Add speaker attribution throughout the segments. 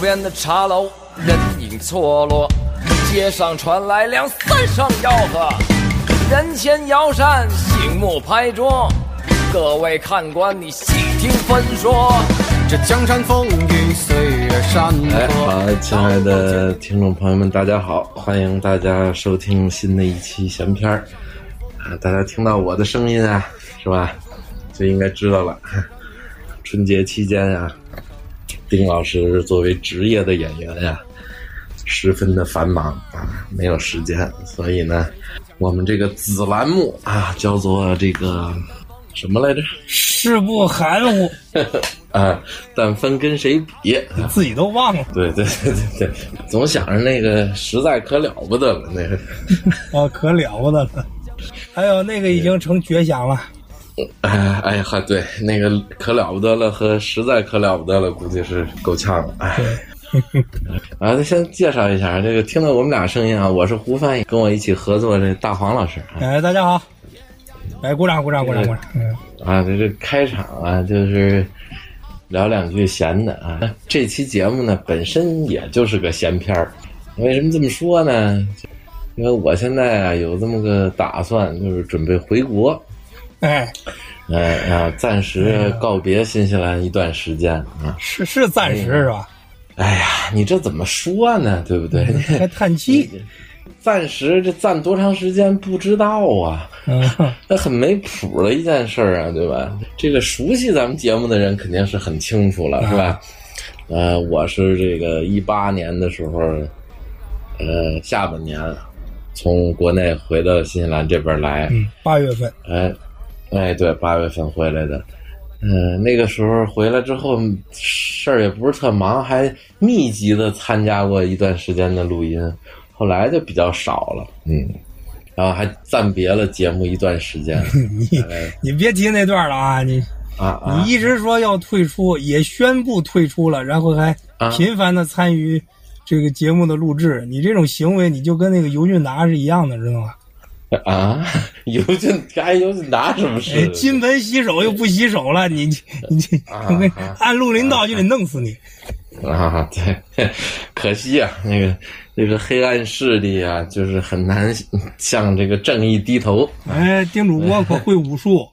Speaker 1: 边的茶楼，人影错落，街上传来两三声吆喝，人前摇扇，醒目拍桌。各位看官，你细听分说。
Speaker 2: 这江山风雨岁月山
Speaker 3: 哎，
Speaker 2: 河。
Speaker 3: 好，亲爱的听众朋友们，大家好，欢迎大家收听新的一期闲篇儿啊！大家听到我的声音啊，是吧？就应该知道了。 春节期间啊，丁老师作为职业的演员呀、十分的繁忙啊，没有时间，所以呢，我们这个子栏目啊，叫做这个什么来着？
Speaker 4: 事不含糊，
Speaker 3: 啊，但分跟谁比？啊
Speaker 4: 自己都忘了
Speaker 3: 对对对对对，总想着那个实在可了不得了，那个
Speaker 4: 啊，可了不得了。还有那个已经成绝响了，
Speaker 3: 哎哎呀哈，对，那个可了不得了和实在可了不得了，估计是够呛了。哎，啊，那先介绍一下这个，听到我们俩声音啊，我是胡翻译，跟我一起合作这大黄老师啊
Speaker 4: 哎，大家好，哎，鼓掌鼓掌鼓掌鼓掌，嗯，
Speaker 3: 啊，这这开场啊，就是聊两句闲的啊。这期节目呢，本身也就是个闲篇儿。为什么这么说呢？因为我现在啊有这么个打算，就是准备回国。
Speaker 4: 哎，
Speaker 3: 哎啊，暂时告别新西兰一段时间啊！
Speaker 4: 是是暂时是吧？
Speaker 3: 哎呀，你这怎么说呢？对不对？
Speaker 4: 还叹气，
Speaker 3: 暂时这暂多长时间不知道啊，
Speaker 4: 嗯，
Speaker 3: 那很没谱的一件事儿啊，对吧？这个熟悉咱们节目的人肯定是很清楚了，是吧？呃，我是这个一八年的时候，呃，下半年从国内回到新西兰这边来，
Speaker 4: 嗯，八月份，
Speaker 3: 哎，哎，对，八月份回来的。嗯、那个时候回来之后，事儿也不是特忙，还密集的参加过一段时间的录音，后来就比较少了，嗯，然后还暂别了节目一段时间
Speaker 4: 你你别提那段了哎啊，你
Speaker 3: 啊啊
Speaker 4: 你一直说要退出，也宣布退出了，然后还
Speaker 3: 啊
Speaker 4: 频繁的参与这个节目的录制，你这种行为，你就跟那个尤俊达是一样的，知道吗？
Speaker 3: 啊！ 尤俊，哎，尤俊达什么事？
Speaker 4: 哎，金盆洗手又不洗手了，你你你这
Speaker 3: 啊
Speaker 4: 我跟你
Speaker 3: 啊
Speaker 4: 按绿林道就得弄死你。
Speaker 3: 啊，对， 可惜啊，那个那个黑暗势力啊，就是很难向这个正义低头。
Speaker 4: 哎，丁主播可会武
Speaker 3: 啊
Speaker 4: 术，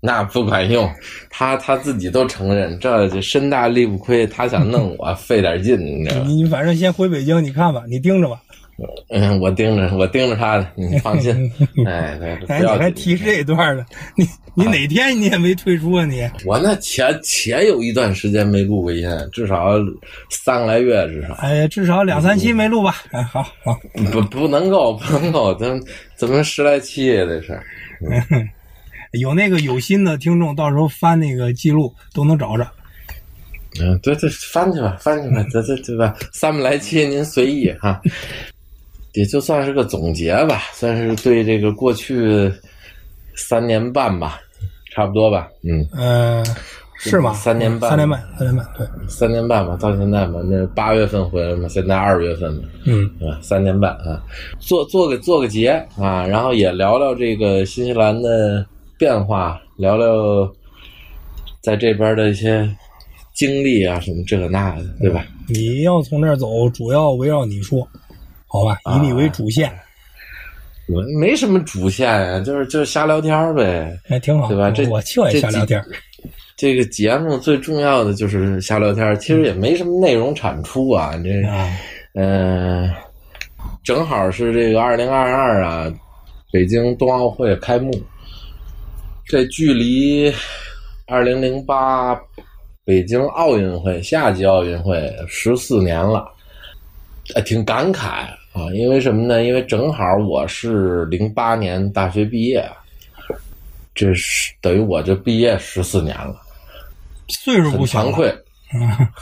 Speaker 3: 那不管用，他他自己都承认，这就身大力不亏，他想弄 我费点劲，你知道吧？
Speaker 4: 你你反正先回北京，你看吧，你盯着吧。
Speaker 3: 嗯，我盯着我盯着他的，你放心。 哎，对，
Speaker 4: 哎，
Speaker 3: 不
Speaker 4: 你
Speaker 3: 要紧。啊
Speaker 4: 还提这一段呢？你你哪天你也没退出啊？你
Speaker 3: 我那前前有一段时间没录过音，至少三个来月，至少
Speaker 4: 哎，至少两三期没录吧？哎，好好，
Speaker 3: 不不能够不能够，咱咱们十来期也得是。
Speaker 4: 有那个有心的听众，到时候翻那个记录都能找着。
Speaker 3: 嗯，对对，翻去吧，翻去吧，这这对吧？三百来期您随意哈，也就算是个总结吧，算是对这个过去三年半吧，差不多吧，嗯，
Speaker 4: 呃，是吗？
Speaker 3: 三年半
Speaker 4: 三年半，三年半，对，
Speaker 3: 三年半吧，到现在吧，那八月份回来嘛，现在二月份嘛，
Speaker 4: 嗯，
Speaker 3: 啊，三年半啊，做做个做个结啊，然后也聊聊这个新西兰的变化，聊聊在这边的一些经历啊，什么这个那的，对吧？
Speaker 4: 你要从这儿走，主要围绕你说，好吧？以你
Speaker 3: 啊
Speaker 4: 为主线，
Speaker 3: 我没什么主线啊，就是就是瞎聊天儿呗。
Speaker 4: 哎，挺好，
Speaker 3: 对吧这
Speaker 4: 我就爱
Speaker 3: 这
Speaker 4: 瞎聊
Speaker 3: 几
Speaker 4: 天儿。
Speaker 3: 这个节目最重要的就是瞎聊天儿，其实也没什么内容产出啊。这，
Speaker 4: 啊，
Speaker 3: 嗯、正好是这个二零二二啊，北京冬奥会开幕，这距离二零零八北京奥运会夏季奥运会十四年了，呃，挺感慨啊，因为什么呢？因为正好我是零八年大学毕业，这是等于我这毕业十四年了，
Speaker 4: 岁数
Speaker 3: 很
Speaker 4: 不小
Speaker 3: 惭
Speaker 4: 了，嗯
Speaker 3: 愧。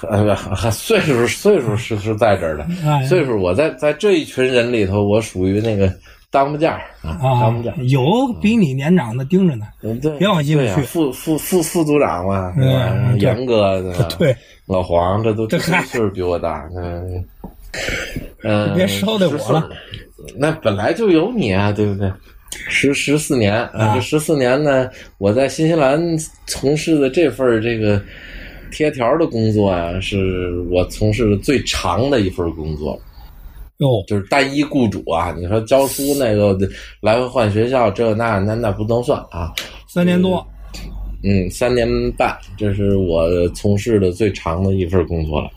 Speaker 3: 呃，不岁数岁数是是在这儿的，
Speaker 4: 哎
Speaker 3: 岁数我在在这一群人里头，我属于那个当不件儿啊，
Speaker 4: 啊
Speaker 3: 当不件儿。，
Speaker 4: 有比你年长的盯着呢。
Speaker 3: 嗯对，
Speaker 4: 别往心里
Speaker 3: 对啊
Speaker 4: 去
Speaker 3: 副副副副组长嘛，
Speaker 4: 嗯
Speaker 3: 对吧
Speaker 4: 对
Speaker 3: 杨哥，对吧
Speaker 4: 对，
Speaker 3: 老黄，这都这
Speaker 4: 这
Speaker 3: 都
Speaker 4: 嗨
Speaker 3: 岁数比我大， 嗯嗯，
Speaker 4: 别捎带我
Speaker 3: 14
Speaker 4: 了。
Speaker 3: 那本来就有你啊，对不对？十十四年啊，
Speaker 4: 啊
Speaker 3: 这十四年呢，我在新西兰从事的这份儿这个贴条的工作呀、是我从事的最长的一份工作，
Speaker 4: 哟，
Speaker 3: 就是单一雇主啊。你说教书那个来回换学校，这那那那不能算啊。
Speaker 4: 三年多，
Speaker 3: 嗯，三年半，这是我从事的最长的一份工作了。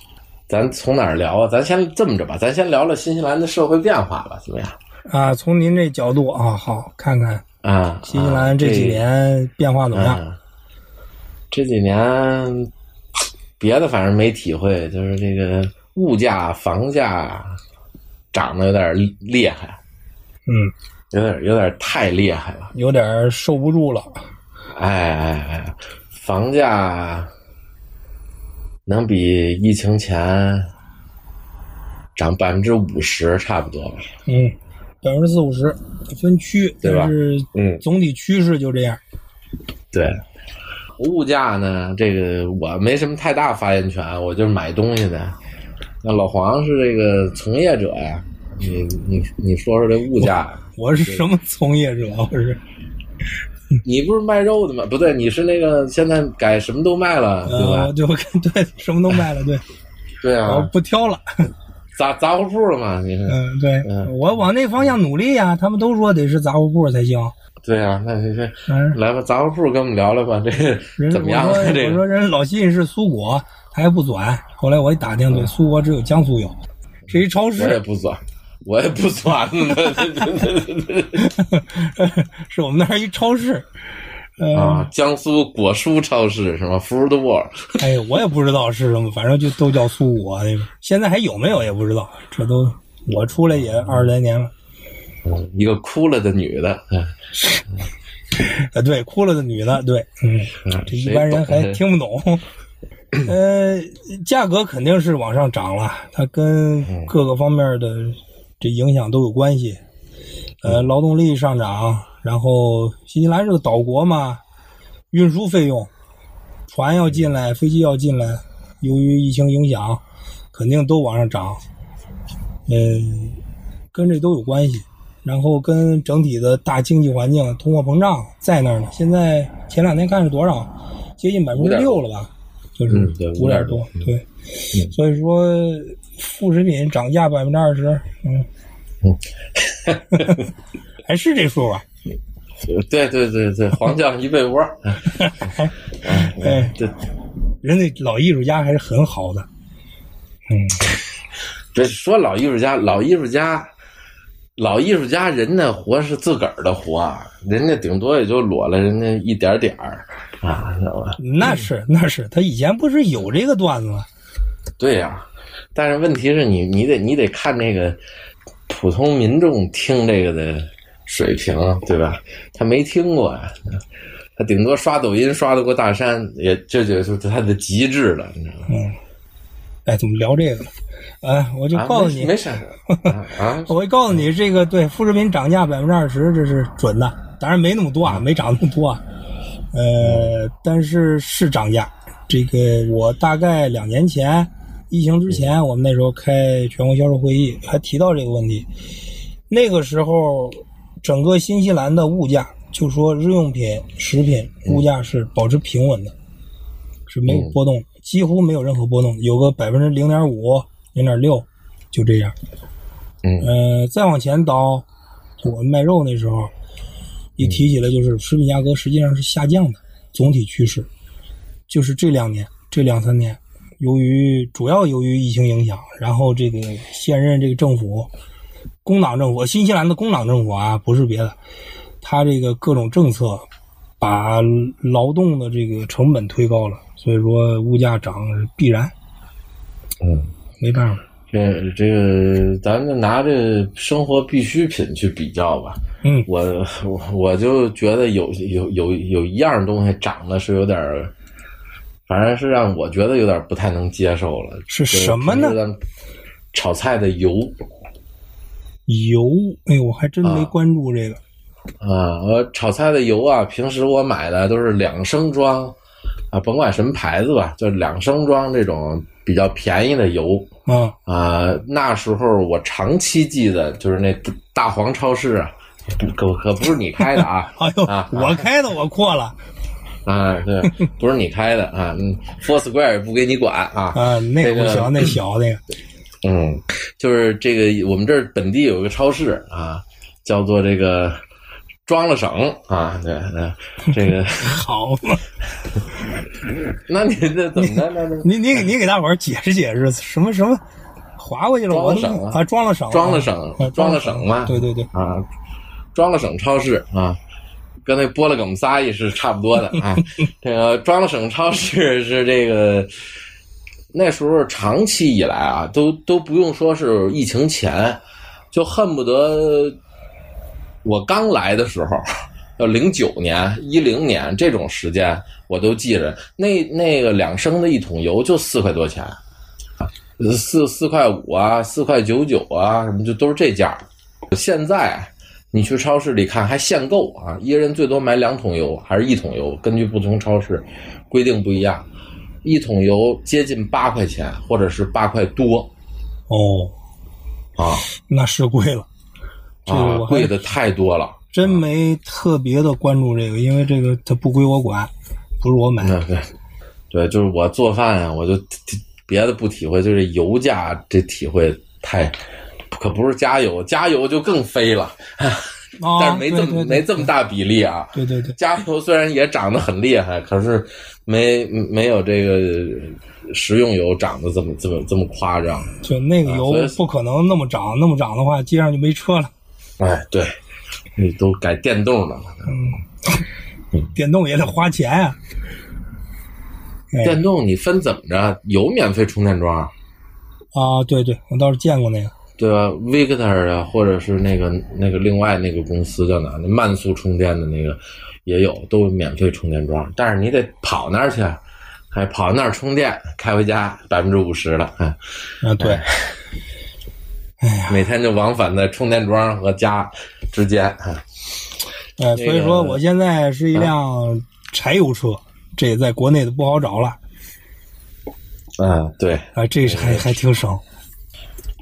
Speaker 3: 咱从哪儿聊啊？咱先这么着吧，咱先聊聊新西兰的社会变化吧，怎么样？
Speaker 4: 啊，从您这角度啊，好，看看
Speaker 3: 啊，
Speaker 4: 新西兰这几年变化怎么样？
Speaker 3: 啊这几年别的反正没体会，就是这个物价、房价涨得有点厉害，
Speaker 4: 嗯，
Speaker 3: 有点有点太厉害了。
Speaker 4: 有点受不住了。
Speaker 3: 哎哎哎，房价能比疫情前涨百分之五十差不多吧？
Speaker 4: 嗯，百分之四五十，分区，
Speaker 3: 对吧
Speaker 4: 但是
Speaker 3: 嗯
Speaker 4: 总体趋势就这样。
Speaker 3: 对，物价呢，这个我没什么太大发言权，我就是买东西的。那老黄是这个从业者呀，你你你说说这物价，
Speaker 4: 我是什么从业者？我是
Speaker 3: 你不是卖肉的吗？不对，你是那个现在改什么都卖了，对吧？
Speaker 4: 呃，就对，什么都卖了，对，
Speaker 3: 对
Speaker 4: 我
Speaker 3: 啊，
Speaker 4: 不挑了。
Speaker 3: 杂杂货铺了嘛，你是？
Speaker 4: 嗯，对
Speaker 3: 嗯，
Speaker 4: 我往那方向努力呀、他们都说得是杂货铺才行。
Speaker 3: 对啊，那这这
Speaker 4: 嗯，
Speaker 3: 来吧，杂货铺跟我们聊聊吧，这个
Speaker 4: 人
Speaker 3: 怎么样
Speaker 4: 我说
Speaker 3: 啊？这
Speaker 4: 我
Speaker 3: 个
Speaker 4: 说人老信是苏果，他还不转。后来我一打听，对，苏果只有江苏有，是一超
Speaker 3: 嗯我也
Speaker 4: 市，
Speaker 3: 不算，我也不算。
Speaker 4: 是我们那儿一超市。呃，
Speaker 3: 啊，江苏果蔬超市什么 Food World，
Speaker 4: 哎呀，我也不知道是什么，反正就都叫苏果啊那边。现在还有没有也不知道，这都我出来也二十来年了。
Speaker 3: 嗯一个哭了的女的，哎
Speaker 4: 啊，对，哭了的女的，对，嗯，
Speaker 3: 啊
Speaker 4: 这一般人 还听不懂。呃，价格肯定是往上涨了，它跟各个方面的这影响都有关系。呃，劳动力上涨，然后新西兰是个岛国嘛，运输费用，船要进来，飞机要进来，由于疫情影响，肯定都往上涨。嗯、跟这都有关系。然后跟整体的大经济环境、通货膨胀在那儿呢。现在前两天看是多少，接近百分之六了吧？就是
Speaker 3: 嗯对
Speaker 4: 五点
Speaker 3: 5.多
Speaker 4: 多，对。所以说，副食品涨价百分之二十，嗯，
Speaker 3: 嗯
Speaker 4: 还是这数啊？
Speaker 3: 对对对对，黄酱一被窝，嗯
Speaker 4: 哎，
Speaker 3: 这
Speaker 4: 人家老艺术家还是很好的。嗯，
Speaker 3: 别说老艺术家，老艺术家，老艺术家，人家活是自个儿的活，啊人家顶多也就裸了人家一点点儿啊，知道吧？
Speaker 4: 那是那是，他以前不是有这个段子吗？
Speaker 3: 对呀、但是问题是你你得你得看这个普通民众听这个的水平，啊对吧？他没听过呀、他顶多刷抖音刷得过大山，也这就是他的极致了，你知道吗？
Speaker 4: 哎，怎么聊这个了？哎，我就
Speaker 3: 啊
Speaker 4: 告诉
Speaker 3: 没
Speaker 4: 你，哦
Speaker 3: 没事儿啊啊，
Speaker 4: 我会告诉你，这个对副食品涨价百分之二十，这是准的。当然没那么
Speaker 3: 嗯
Speaker 4: 多啊，没涨那么多啊。呃，但是是涨价。这个我大概两年前，疫情之前，
Speaker 3: 嗯
Speaker 4: 我们那时候开全国销售会议还提到这个问题。那个时候，整个新西兰的物价，就说日用品、食品物价是保持平稳的，是没有波动，几乎没有任何波动，有个百分之零点五、零点六，就这样。
Speaker 3: 嗯
Speaker 4: 呃，再往前倒，我们卖肉那时候一提起来，就是食品价格实际上是下降的总体趋势，就是这两年这两三年，由于主要由于疫情影响，然后这个现任这个政府，工党政府，新西兰的工党政府啊，不是别的，他这个各种政策把劳动的这个成本推高了，所以说物价涨是必然，
Speaker 3: 嗯。
Speaker 4: 没办法，
Speaker 3: 这这个，咱就拿这生活必需品去比较吧。
Speaker 4: 嗯
Speaker 3: 我我我就觉得有有有有一样东西涨的是有点儿，反正是让我觉得有点不太能接受了。
Speaker 4: 是什么
Speaker 3: 就
Speaker 4: 呢
Speaker 3: 是咱炒菜的油
Speaker 4: 油，哎呦，我还真没
Speaker 3: 啊
Speaker 4: 关注这个。
Speaker 3: 啊，我炒菜的油啊，平时我买的都是两升装啊，甭管什么牌子吧，就两升装这种比较便宜的油。
Speaker 4: 啊，
Speaker 3: 啊、那时候我长期记得就是那大黄超市啊，可可不是你开的啊
Speaker 4: 哎呦，
Speaker 3: 啊
Speaker 4: 我开的我扩了，
Speaker 3: 啊，对，不是你开的啊，嗯，Four Square 也不给你管啊，
Speaker 4: 啊，那个
Speaker 3: 这
Speaker 4: 不
Speaker 3: 个
Speaker 4: 行，那小那个，
Speaker 3: 嗯，就是这个我们这儿本地有一个超市啊，叫做这个庄了省啊，对，对这个，
Speaker 4: 好嘛，
Speaker 3: 那你这怎么着？那那
Speaker 4: 你你你给大伙儿解释解释什么什么划过去了，
Speaker 3: 装
Speaker 4: 我
Speaker 3: 了省啊
Speaker 4: 啊装了省啊，
Speaker 3: 装了省
Speaker 4: 啊，
Speaker 3: 装
Speaker 4: 了
Speaker 3: 了省嘛，
Speaker 4: 对对对，
Speaker 3: 啊，庄了省超市啊，跟那波了梗撒也是差不多的啊。这个庄了省超市是这个那时候长期以来啊，都都不用说是疫情前，就恨不得我刚来的时候。要零九年、一零年这种时间，我都记着。那那个两升的一桶油就四块多钱，呃四四块五啊，四块九九啊，什么就都是这价儿。现在你去超市里看还限购啊，一人最多买两桶油还是一桶油，根据不同超市规定不一样。一桶油接近八块钱，或者是八块多
Speaker 4: 哦，
Speaker 3: 啊
Speaker 4: 那是贵了，这个
Speaker 3: 啊
Speaker 4: 我，还
Speaker 3: 贵的太多了。 啊
Speaker 4: 真没特别的关注这个，因为这个它不归我管，不是我买，
Speaker 3: 那对，对，就是我做饭啊，我就别的不体会，就这油价这体会太，可不是加油，加油就更飞了，
Speaker 4: 哦
Speaker 3: 但是没这么、
Speaker 4: 对对对
Speaker 3: 没这么大比例啊。
Speaker 4: 对对对，
Speaker 3: 加油虽然也涨得很厉害，可是没没有这个食用油涨得这么这么这么夸张。
Speaker 4: 就那个
Speaker 3: 啊
Speaker 4: 油
Speaker 3: 所以
Speaker 4: 不可能那么涨，那么涨的话，街上就没车了。
Speaker 3: 哎，对，你都改电动的了，
Speaker 4: 电动也得花钱啊。哎
Speaker 3: 电动你分怎么着？有免费充电桩，
Speaker 4: 啊，对对，我倒是见过那个。
Speaker 3: 对吧？Victor 啊，或者是那个那个另外那个公司叫哪？那慢速充电的那个也有，都有免费充电桩，但是你得跑那儿去，还跑那儿充电，开回家百分之五十了，哎。
Speaker 4: 啊，对，
Speaker 3: 每天就往返在充电桩和家之间。哎
Speaker 4: 哎，所以说
Speaker 3: 那个啊
Speaker 4: 我现在是一辆柴油车，这也在国内的不好找了
Speaker 3: 嗯，对，
Speaker 4: 啊，这是
Speaker 3: 哎
Speaker 4: 还还挺省。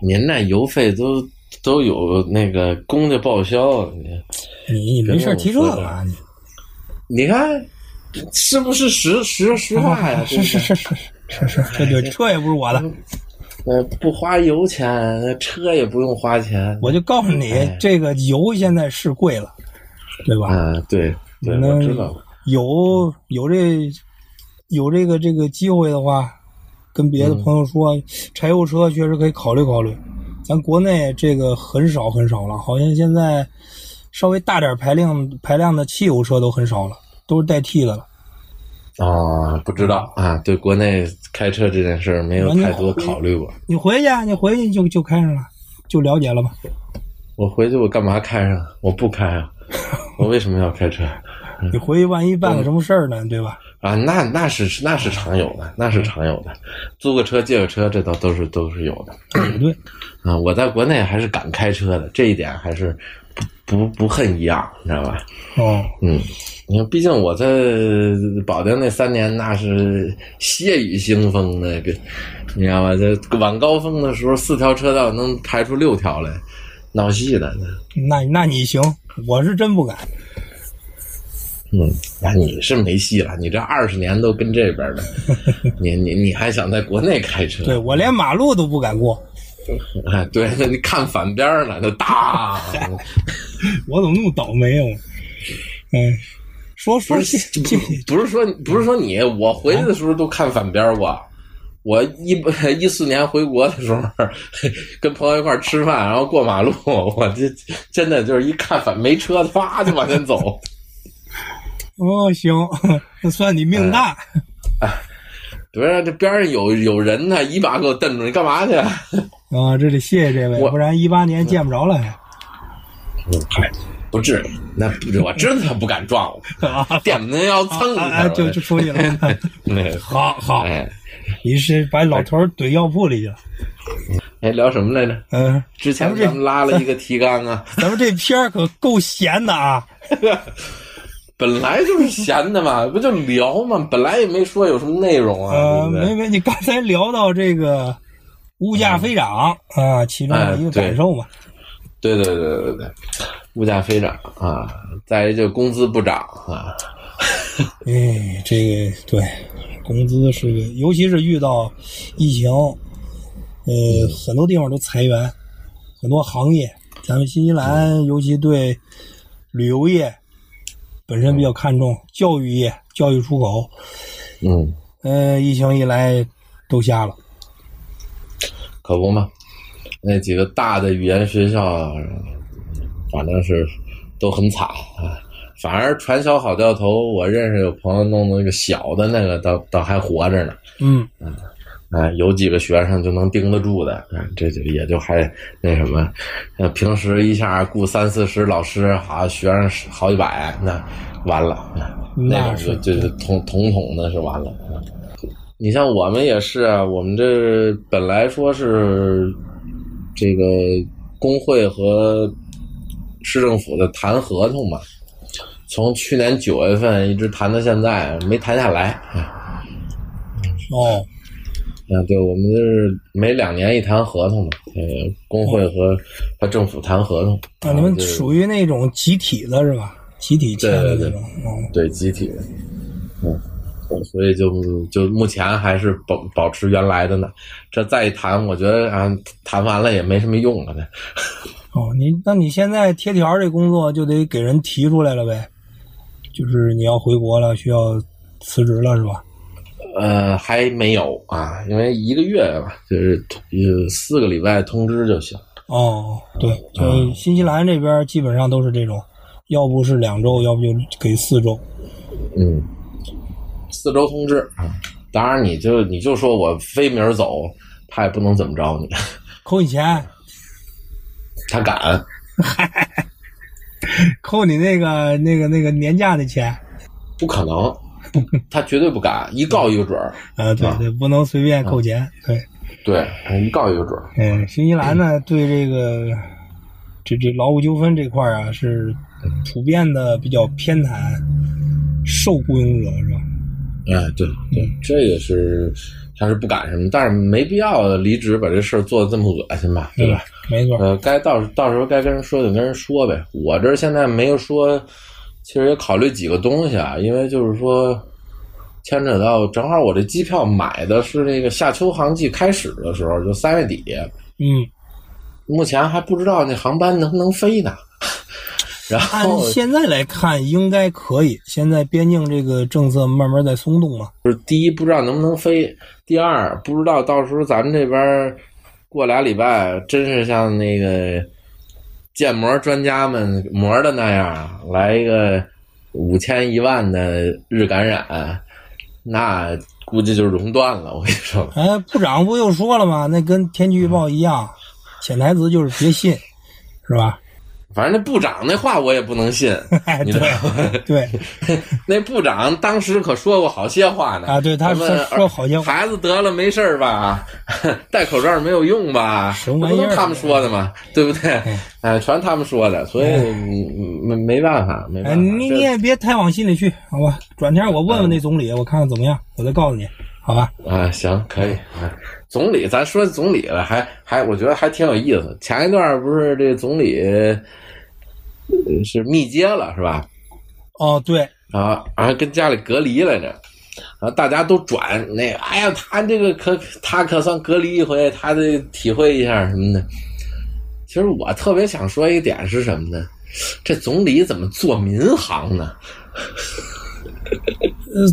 Speaker 3: 您那油费都都有那个公家报销，你
Speaker 4: 你你没事儿提这
Speaker 3: 别跟我
Speaker 4: 个
Speaker 3: 说
Speaker 4: 啊？你
Speaker 3: 你看是不是实实实话呀？
Speaker 4: 啊
Speaker 3: 哎
Speaker 4: 是是是是是是，这对车也不是我的，
Speaker 3: 呃，不花油钱，车也不用花钱。
Speaker 4: 我就告诉你
Speaker 3: 哎，
Speaker 4: 这个油现在是贵了，对吧？
Speaker 3: 啊，对对，
Speaker 4: 那
Speaker 3: 我知道。
Speaker 4: 有有这有这个这个机会的话，跟别的朋友说，柴油车确实可以考虑考虑。咱国内这个很少很少了，好像现在稍微大点排量排量的汽油车都很少了，都是代替的了。
Speaker 3: 啊，不知道啊，对国内开车这件事儿没有太多考虑过。
Speaker 4: 你回去啊，你回去就就开上了，就了解了吧。
Speaker 3: 我回去我干嘛开上？我不开啊！我为什么要开车？
Speaker 4: 你回去万一办个什么事儿呢，对吧？
Speaker 3: 啊，那那是那是常有的，那是常有的，租个车借个车，这倒都是都是有的
Speaker 4: 也对，
Speaker 3: 啊。我在国内还是敢开车的，这一点还是不不不恨一样，你知道吧？
Speaker 4: 哦，
Speaker 3: 嗯，你看，毕竟我在保定那三年，那是血雨腥风的，给你知道吧？这晚高峰的时候，四条车道能排出六条来，闹戏的呢。
Speaker 4: 那那你行，我是真不敢。
Speaker 3: 嗯，那你是没戏了，你这二十年都跟这边儿的，你你你还想在国内开车？
Speaker 4: 对我连马路都不敢过，
Speaker 3: 哎，对，那你看反边儿了，那大
Speaker 4: 我怎么那么倒霉啊？我，嗯，
Speaker 3: 不
Speaker 4: 说说
Speaker 3: 是
Speaker 4: 这这
Speaker 3: 不是说不是说你，我回去的时候都看反边儿我。我一一四年回国的时候，跟朋友一块儿吃饭，然后过马路，我这真的就是一看反没车，啪就往前走。
Speaker 4: 哦，行， 那算你命大。
Speaker 3: 不是啊这边上有有人呢，一把给我瞪住，你干嘛去？
Speaker 4: 啊，这得谢谢这位，
Speaker 3: 我
Speaker 4: 不然一八年见不 着了还。
Speaker 3: 哎不至于，那不我知道他不敢撞我，点名要蹭一
Speaker 4: 啊
Speaker 3: 下，
Speaker 4: 啊，就就出去了。
Speaker 3: 那个
Speaker 4: 好好，
Speaker 3: 哎
Speaker 4: 你是把老头儿怼药铺里去了。
Speaker 3: 哎聊什么来着？
Speaker 4: 嗯、
Speaker 3: 之前咱们拉了一个提纲啊。
Speaker 4: 咱们这片儿可够闲的 啊。
Speaker 3: 本来就是闲的嘛，不就聊嘛？本来也没说有什么内容啊，对不
Speaker 4: 呃，没
Speaker 3: 对？
Speaker 4: 没，你刚才聊到这个物价飞涨、啊，其中的一个感受嘛。
Speaker 3: 对对对对对，物价飞涨啊，再一就工资不涨啊，
Speaker 4: 哎，这个对，工资是个，尤其是遇到疫情，
Speaker 3: 嗯
Speaker 4: 呃，很多地方都裁员，很多行业，咱们新西
Speaker 3: 嗯
Speaker 4: 兰尤其对旅游业本身比较看重，教育业、教育出口，
Speaker 3: 嗯，
Speaker 4: 呃，疫情一来都瞎了。
Speaker 3: 可不嘛，那几个大的语言学校，反正是都很惨啊。反而传销好掉头，我认识有朋友弄那个小的那个，倒倒还活着呢。
Speaker 4: 嗯，
Speaker 3: 啊，有几个学生就能盯得住的，啊，这就也就还那什么，呃，平时一下雇三四十老师，好、学生十好几百，那完了，啊那
Speaker 4: 那
Speaker 3: 种就是就是统统统的是完了。啊你像我们也是啊，我们这本来说是这个工会和市政府的谈合同嘛，从去年九月份一直谈到现在，没谈下来。啊
Speaker 4: 哦，
Speaker 3: 啊，对，我们就是每两年一谈合同嘛，呃，工会和和政府谈合同。
Speaker 4: 那你们
Speaker 3: 啊就是
Speaker 4: 属于那种集体的是吧？集体签的那
Speaker 3: 对对
Speaker 4: 种。哦，
Speaker 3: 对集体的，嗯，所以就就目前还是保保持原来的呢。这再一谈，我觉得啊，谈完了也没什么用了呢。
Speaker 4: 哦，你那你现在贴条这工作就得给人提出来了呗，就是你要回国了，需要辞职了是吧？
Speaker 3: 呃，还没有啊，因为一个月吧，就是呃四个礼拜通知就行。
Speaker 4: 哦，对，就新西兰这边基本上都是这种，要不是两周，要不就给四周。
Speaker 3: 嗯，四周通知啊。当然，你就你就说我非明儿走，他也不能怎么着你，
Speaker 4: 扣你钱，
Speaker 3: 他敢。
Speaker 4: 扣你那个那个那个年假的钱。
Speaker 3: 不可 能，不他绝对不敢，一告一个准儿。
Speaker 4: 啊，对嗯
Speaker 3: 啊
Speaker 4: 对，不能随便扣钱。对，
Speaker 3: 对，哎一告一个准儿。
Speaker 4: 嗯，新西兰呢，对这个这这劳务纠纷这块儿啊，是普遍的比较偏袒受雇佣者是吧？
Speaker 3: 哎，对对，这个是他是不敢什么，但是没必要离职把这事儿做的这么恶心吧，对吧？
Speaker 4: 没错，
Speaker 3: 呃，该到时到时候该跟人说就跟人说呗。我这儿现在没有说，其实也考虑几个东西啊，因为就是说牵扯到正好我这机票买的是那个夏秋航季开始的时候，就三月底，
Speaker 4: 嗯，
Speaker 3: 目前还不知道那航班能不能飞呢。 然
Speaker 4: 按
Speaker 3: 后
Speaker 4: 现在来看，应该可以。现在边境这个政策慢慢在松动嘛。
Speaker 3: 就是第一不知道能不能飞，第二不知道到时候咱们这边儿过俩礼拜，真是像那个建模专家们模的那样，来一个五千一万的日感染，那估计就熔断了。我跟你说，
Speaker 4: 哎，部长不又说了吗？那跟天气预报一样，
Speaker 3: 嗯
Speaker 4: 潜台词就是别信，是吧？
Speaker 3: 反正那部长那话我也不能信，
Speaker 4: 哎，
Speaker 3: 你知道吗
Speaker 4: 对 对，
Speaker 3: 那部长当时可说过好些话呢
Speaker 4: 啊对
Speaker 3: 什
Speaker 4: 他
Speaker 3: 么
Speaker 4: 他说好些话
Speaker 3: 孩子得了没事儿吧， 戴口罩没有用吧，
Speaker 4: 什
Speaker 3: 这
Speaker 4: 么
Speaker 3: 不
Speaker 4: 玩意儿
Speaker 3: 都他们说的嘛，对不对？哎，全他们说的，所以没没办法，没办
Speaker 4: 哎，
Speaker 3: 法。
Speaker 4: 你
Speaker 3: 这嗯
Speaker 4: 你也别太往心里去，好吧？转天我问问那总理，我看看怎么样，我再告诉你，好吧？
Speaker 3: 啊，行，可以。啊总理，咱说总理了，还还，我觉得还挺有意思。前一段不是这总理呃是密接了，是吧？
Speaker 4: 哦，对，
Speaker 3: 啊，然后跟家里隔离来着，然后大家都转那个，哎呀，他这个可他可算隔离一回，他得体会一下什么的。其实我特别想说一点是什么呢？这总理怎么做民航呢？
Speaker 4: 呃，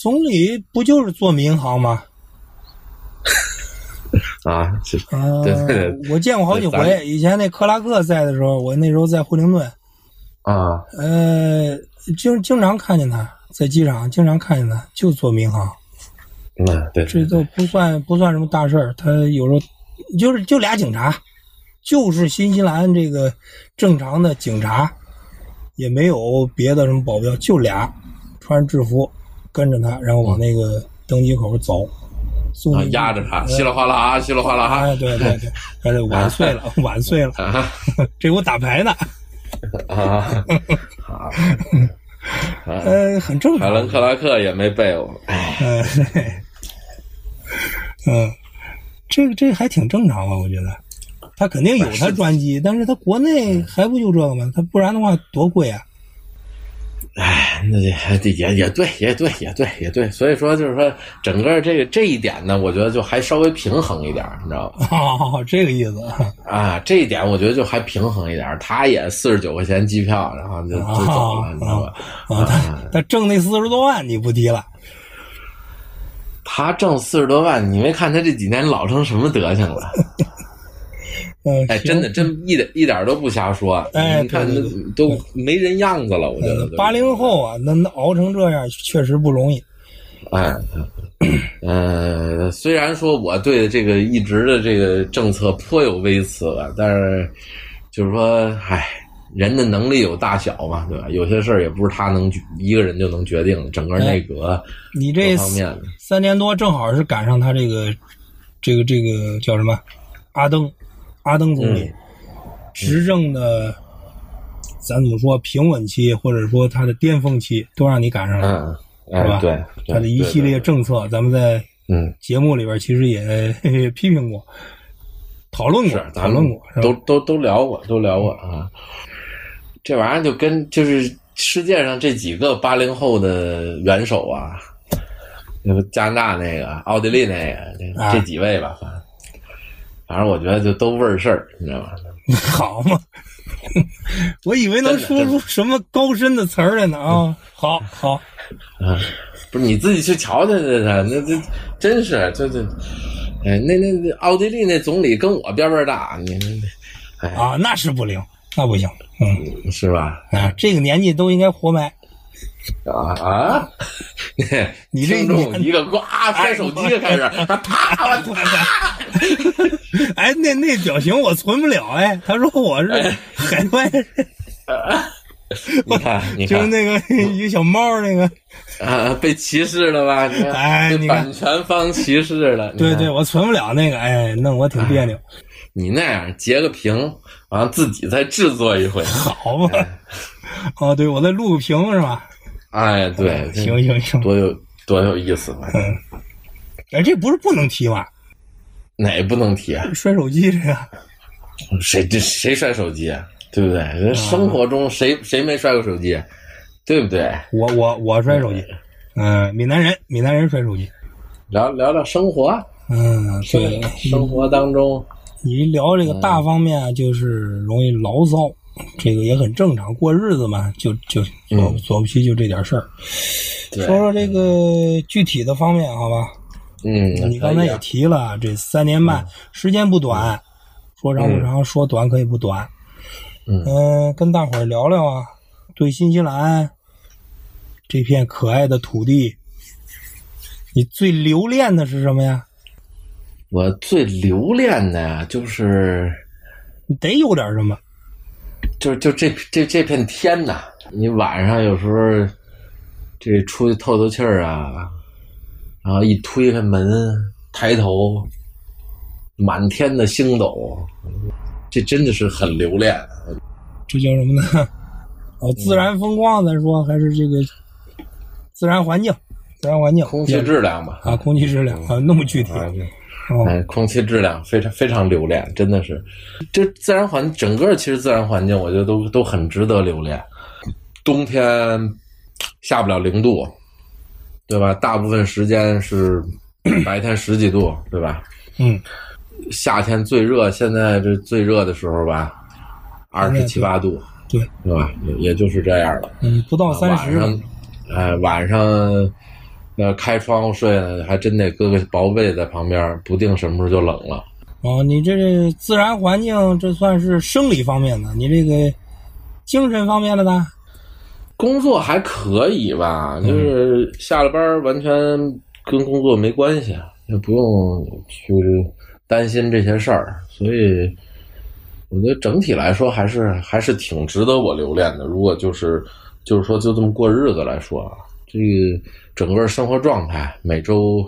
Speaker 4: 总理不就是做民航吗？
Speaker 3: 啊，这
Speaker 4: 啊、
Speaker 3: 对对
Speaker 4: 我见过好几
Speaker 3: 对
Speaker 4: 回。以前那克拉克在的时候，我那时候在惠灵顿，
Speaker 3: 啊，
Speaker 4: 呃，经经常看见他在机场，经常看见他就做民航，
Speaker 3: 嗯，对，
Speaker 4: 这都不算不算什么大事儿。他有时候就是就俩警察，就是新西兰这个正常的警察，也没有别的什么保镖，就俩穿制服跟着他，然后往那个登机口走，送
Speaker 3: 嗯啊
Speaker 4: 进，去
Speaker 3: 压着他，稀里哗啦，啊稀里哗啦
Speaker 4: 哎，对对 对，哎，这晚睡了，晚睡了，
Speaker 3: 啊
Speaker 4: 这我打牌呢，
Speaker 3: 啊啊！ 啊
Speaker 4: 呃，很正
Speaker 3: 海
Speaker 4: 常，
Speaker 3: 伦克拉克也没背我，哎，
Speaker 4: 嗯、嗯，这这还挺正常吧？我觉得，他肯定有 他专机，但是他国内还不就这个吗？他不然的话多贵啊！
Speaker 3: 哎，那也也也对，也对，也对，也对。所以说，就是说，整个这个这一点呢，我觉得就还稍微平衡一点，你知道吧？
Speaker 4: 哦，这个意思啊，
Speaker 3: 啊，这一点我觉得就还平衡一点。他也四十九块钱机票，然后就就走了，你知道吧？
Speaker 4: 啊他他挣那四十多万你不提了，
Speaker 3: 他挣四十多万，你没看他这几年老成什么德行 了？
Speaker 4: 嗯，
Speaker 3: 哎，真的，真一点一点都不瞎说。
Speaker 4: 哎
Speaker 3: 你看
Speaker 4: 对
Speaker 3: 那
Speaker 4: 对
Speaker 3: 都没人样子了，我觉得。
Speaker 4: 八零后啊，能熬成这样确实不容易。
Speaker 3: 哎，呃，虽然说我对这个一直的这个政策颇有微词吧，但是就是说，哎，人的能力有大小嘛，对吧？有些事儿也不是他能决一个人就能决定的，整个
Speaker 4: 哎
Speaker 3: 内阁
Speaker 4: 你
Speaker 3: 各
Speaker 4: 这
Speaker 3: 方面的。
Speaker 4: 三年多正好是赶上他这个这个这个叫什么阿登阿登总理、
Speaker 3: 嗯
Speaker 4: 执政的，咱怎么说平稳期或者说他的巅峰期都让你赶上了。
Speaker 3: 嗯，
Speaker 4: 是
Speaker 3: 哎
Speaker 4: 吧，
Speaker 3: 对，对
Speaker 4: 他的一系列，
Speaker 3: 对
Speaker 4: 政策，咱们在
Speaker 3: 对嗯，
Speaker 4: 节目里边其实也嘿嘿批评过、讨论过
Speaker 3: 是、
Speaker 4: 讨
Speaker 3: 咱
Speaker 4: 论
Speaker 3: 们
Speaker 4: 过，是吧
Speaker 3: 都都都聊过，都聊过啊。这玩意儿就跟就是世界上这几个八零后的元首啊，那个加拿大那个、奥地利那个，这
Speaker 4: 啊
Speaker 3: 这几位吧，反正反正我觉得就都味儿事儿，你知道吗？
Speaker 4: 好嘛？ 我以为能说
Speaker 3: 真的真嗯
Speaker 4: 出
Speaker 3: 的
Speaker 4: 什么高深的词儿来呢啊！ 好好，
Speaker 3: 啊，不是你自己去瞧瞧去，啊那这真是啊这这，哎，那那那奥地利那总理跟我边边大，你
Speaker 4: 啊，那是不灵，那不行，嗯
Speaker 3: 你是吧？
Speaker 4: 啊，这个年纪都应该活埋。
Speaker 3: 啊啊！
Speaker 4: 你哎这
Speaker 3: 听众一个呱摔手机就 开始，啪！我操！
Speaker 4: 哎，那那表情我存不了哎，他说我是海 外，
Speaker 3: 你 看，你
Speaker 4: 就是
Speaker 3: 看，
Speaker 4: 那个
Speaker 3: 嗯
Speaker 4: 一个小猫那个，
Speaker 3: 啊，被歧视了吧？你看，
Speaker 4: 哎
Speaker 3: 被
Speaker 4: 你看
Speaker 3: 版权方歧视了。你
Speaker 4: 对
Speaker 3: 看
Speaker 4: 对，，我存不了那个，哎，弄我挺别扭，
Speaker 3: 嗯你那样截个屏，完了自己再制作一回。
Speaker 4: 好吧？
Speaker 3: 嗯
Speaker 4: 哦，对，我再录个屏是吧？
Speaker 3: 哎，对，
Speaker 4: 行行行，
Speaker 3: 多有多有意思嘛！
Speaker 4: 哎，这不是不能提吗？
Speaker 3: 哪不能提啊？
Speaker 4: 摔手机这个，
Speaker 3: 谁这谁摔手机啊？对不对？人生活中谁谁没摔过手机？啊对不对？
Speaker 4: 我我我摔手机，嗯，闽南人闽南人摔手机，
Speaker 3: 聊聊聊生活，啊
Speaker 4: 嗯，对，
Speaker 3: 生活当中，
Speaker 4: 你一聊这
Speaker 3: 嗯
Speaker 4: 个大方面啊，就是容易牢骚，这个也很正常，过日子嘛，就就左
Speaker 3: 嗯
Speaker 4: 左不齐就这点事儿。
Speaker 3: 对，
Speaker 4: 说说这个具体的方面，好吧？
Speaker 3: 嗯，
Speaker 4: 你刚才也提了，啊这三年半时间不短，说长不长，说短可以不短。
Speaker 3: 嗯
Speaker 4: 嗯，跟大伙儿聊聊啊，对新西兰这片可爱的土地，你最留恋的是什么呀？
Speaker 3: 我最留恋的呀，就是
Speaker 4: 你得有点什么
Speaker 3: 就就这这这片天呐，你晚上有时候这出去透透气儿啊，然后一推开门，抬头，满天的星斗，这真的是很留恋。
Speaker 4: 这叫什么呢？哦，自然风光，咱说还是这个自然环境，自然环境，
Speaker 3: 空气质量吧，
Speaker 4: 啊，空气质量 啊，那么具体
Speaker 3: 啊，
Speaker 4: 哦，
Speaker 3: 哎，空气质量非常非常留恋，真的是，这自然环整个其实自然环境，我觉得都都很值得留恋。冬天下不了零度，对吧？大部分时间是 白天十几度，对吧？
Speaker 4: 嗯，
Speaker 3: 夏天最热，现在这最热的时候吧，二十七八度，哦
Speaker 4: 对，
Speaker 3: 对吧？也也就是这样了。啊
Speaker 4: 嗯，不到三
Speaker 3: 晚
Speaker 4: 十，
Speaker 3: 上，哎，晚上那开窗户睡呢，还真得搁个薄被在旁边，不定什么时候就冷了。
Speaker 4: 哦，你这是自然环境，这算是生理方面的，你这个精神方面的呢？
Speaker 3: 工作还可以吧，就是下了班儿完全跟工作没关系，啊也不用去担心这些事儿，所以我觉得整体来说还是还是挺值得我留恋的。如果就是就是说就这么过日子来说啊，这个整个生活状态每周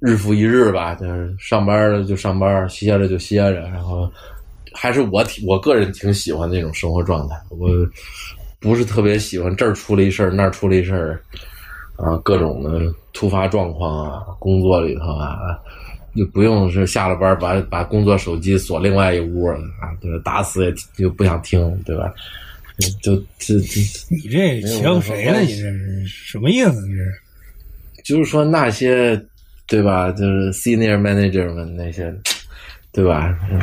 Speaker 3: 日复一日吧，就是上班儿就上班儿，歇着就歇着，然后还是我挺我个人挺喜欢那种生活状态，我不是特别喜欢这儿出了一事儿那儿出了一事儿啊，各种的突发状况啊，工作里头啊。就不用是下了班儿把把工作手机锁另外一屋了啊，对吧？打死也就不想听，对吧？就这这，
Speaker 4: 你这
Speaker 3: 没
Speaker 4: 欺
Speaker 3: 有
Speaker 4: 负谁
Speaker 3: 没
Speaker 4: 呢？
Speaker 3: 有
Speaker 4: 你这是什么意思？你这是
Speaker 3: 就是说那些，对吧？就是 senior manager 们那些，对吧？嗯，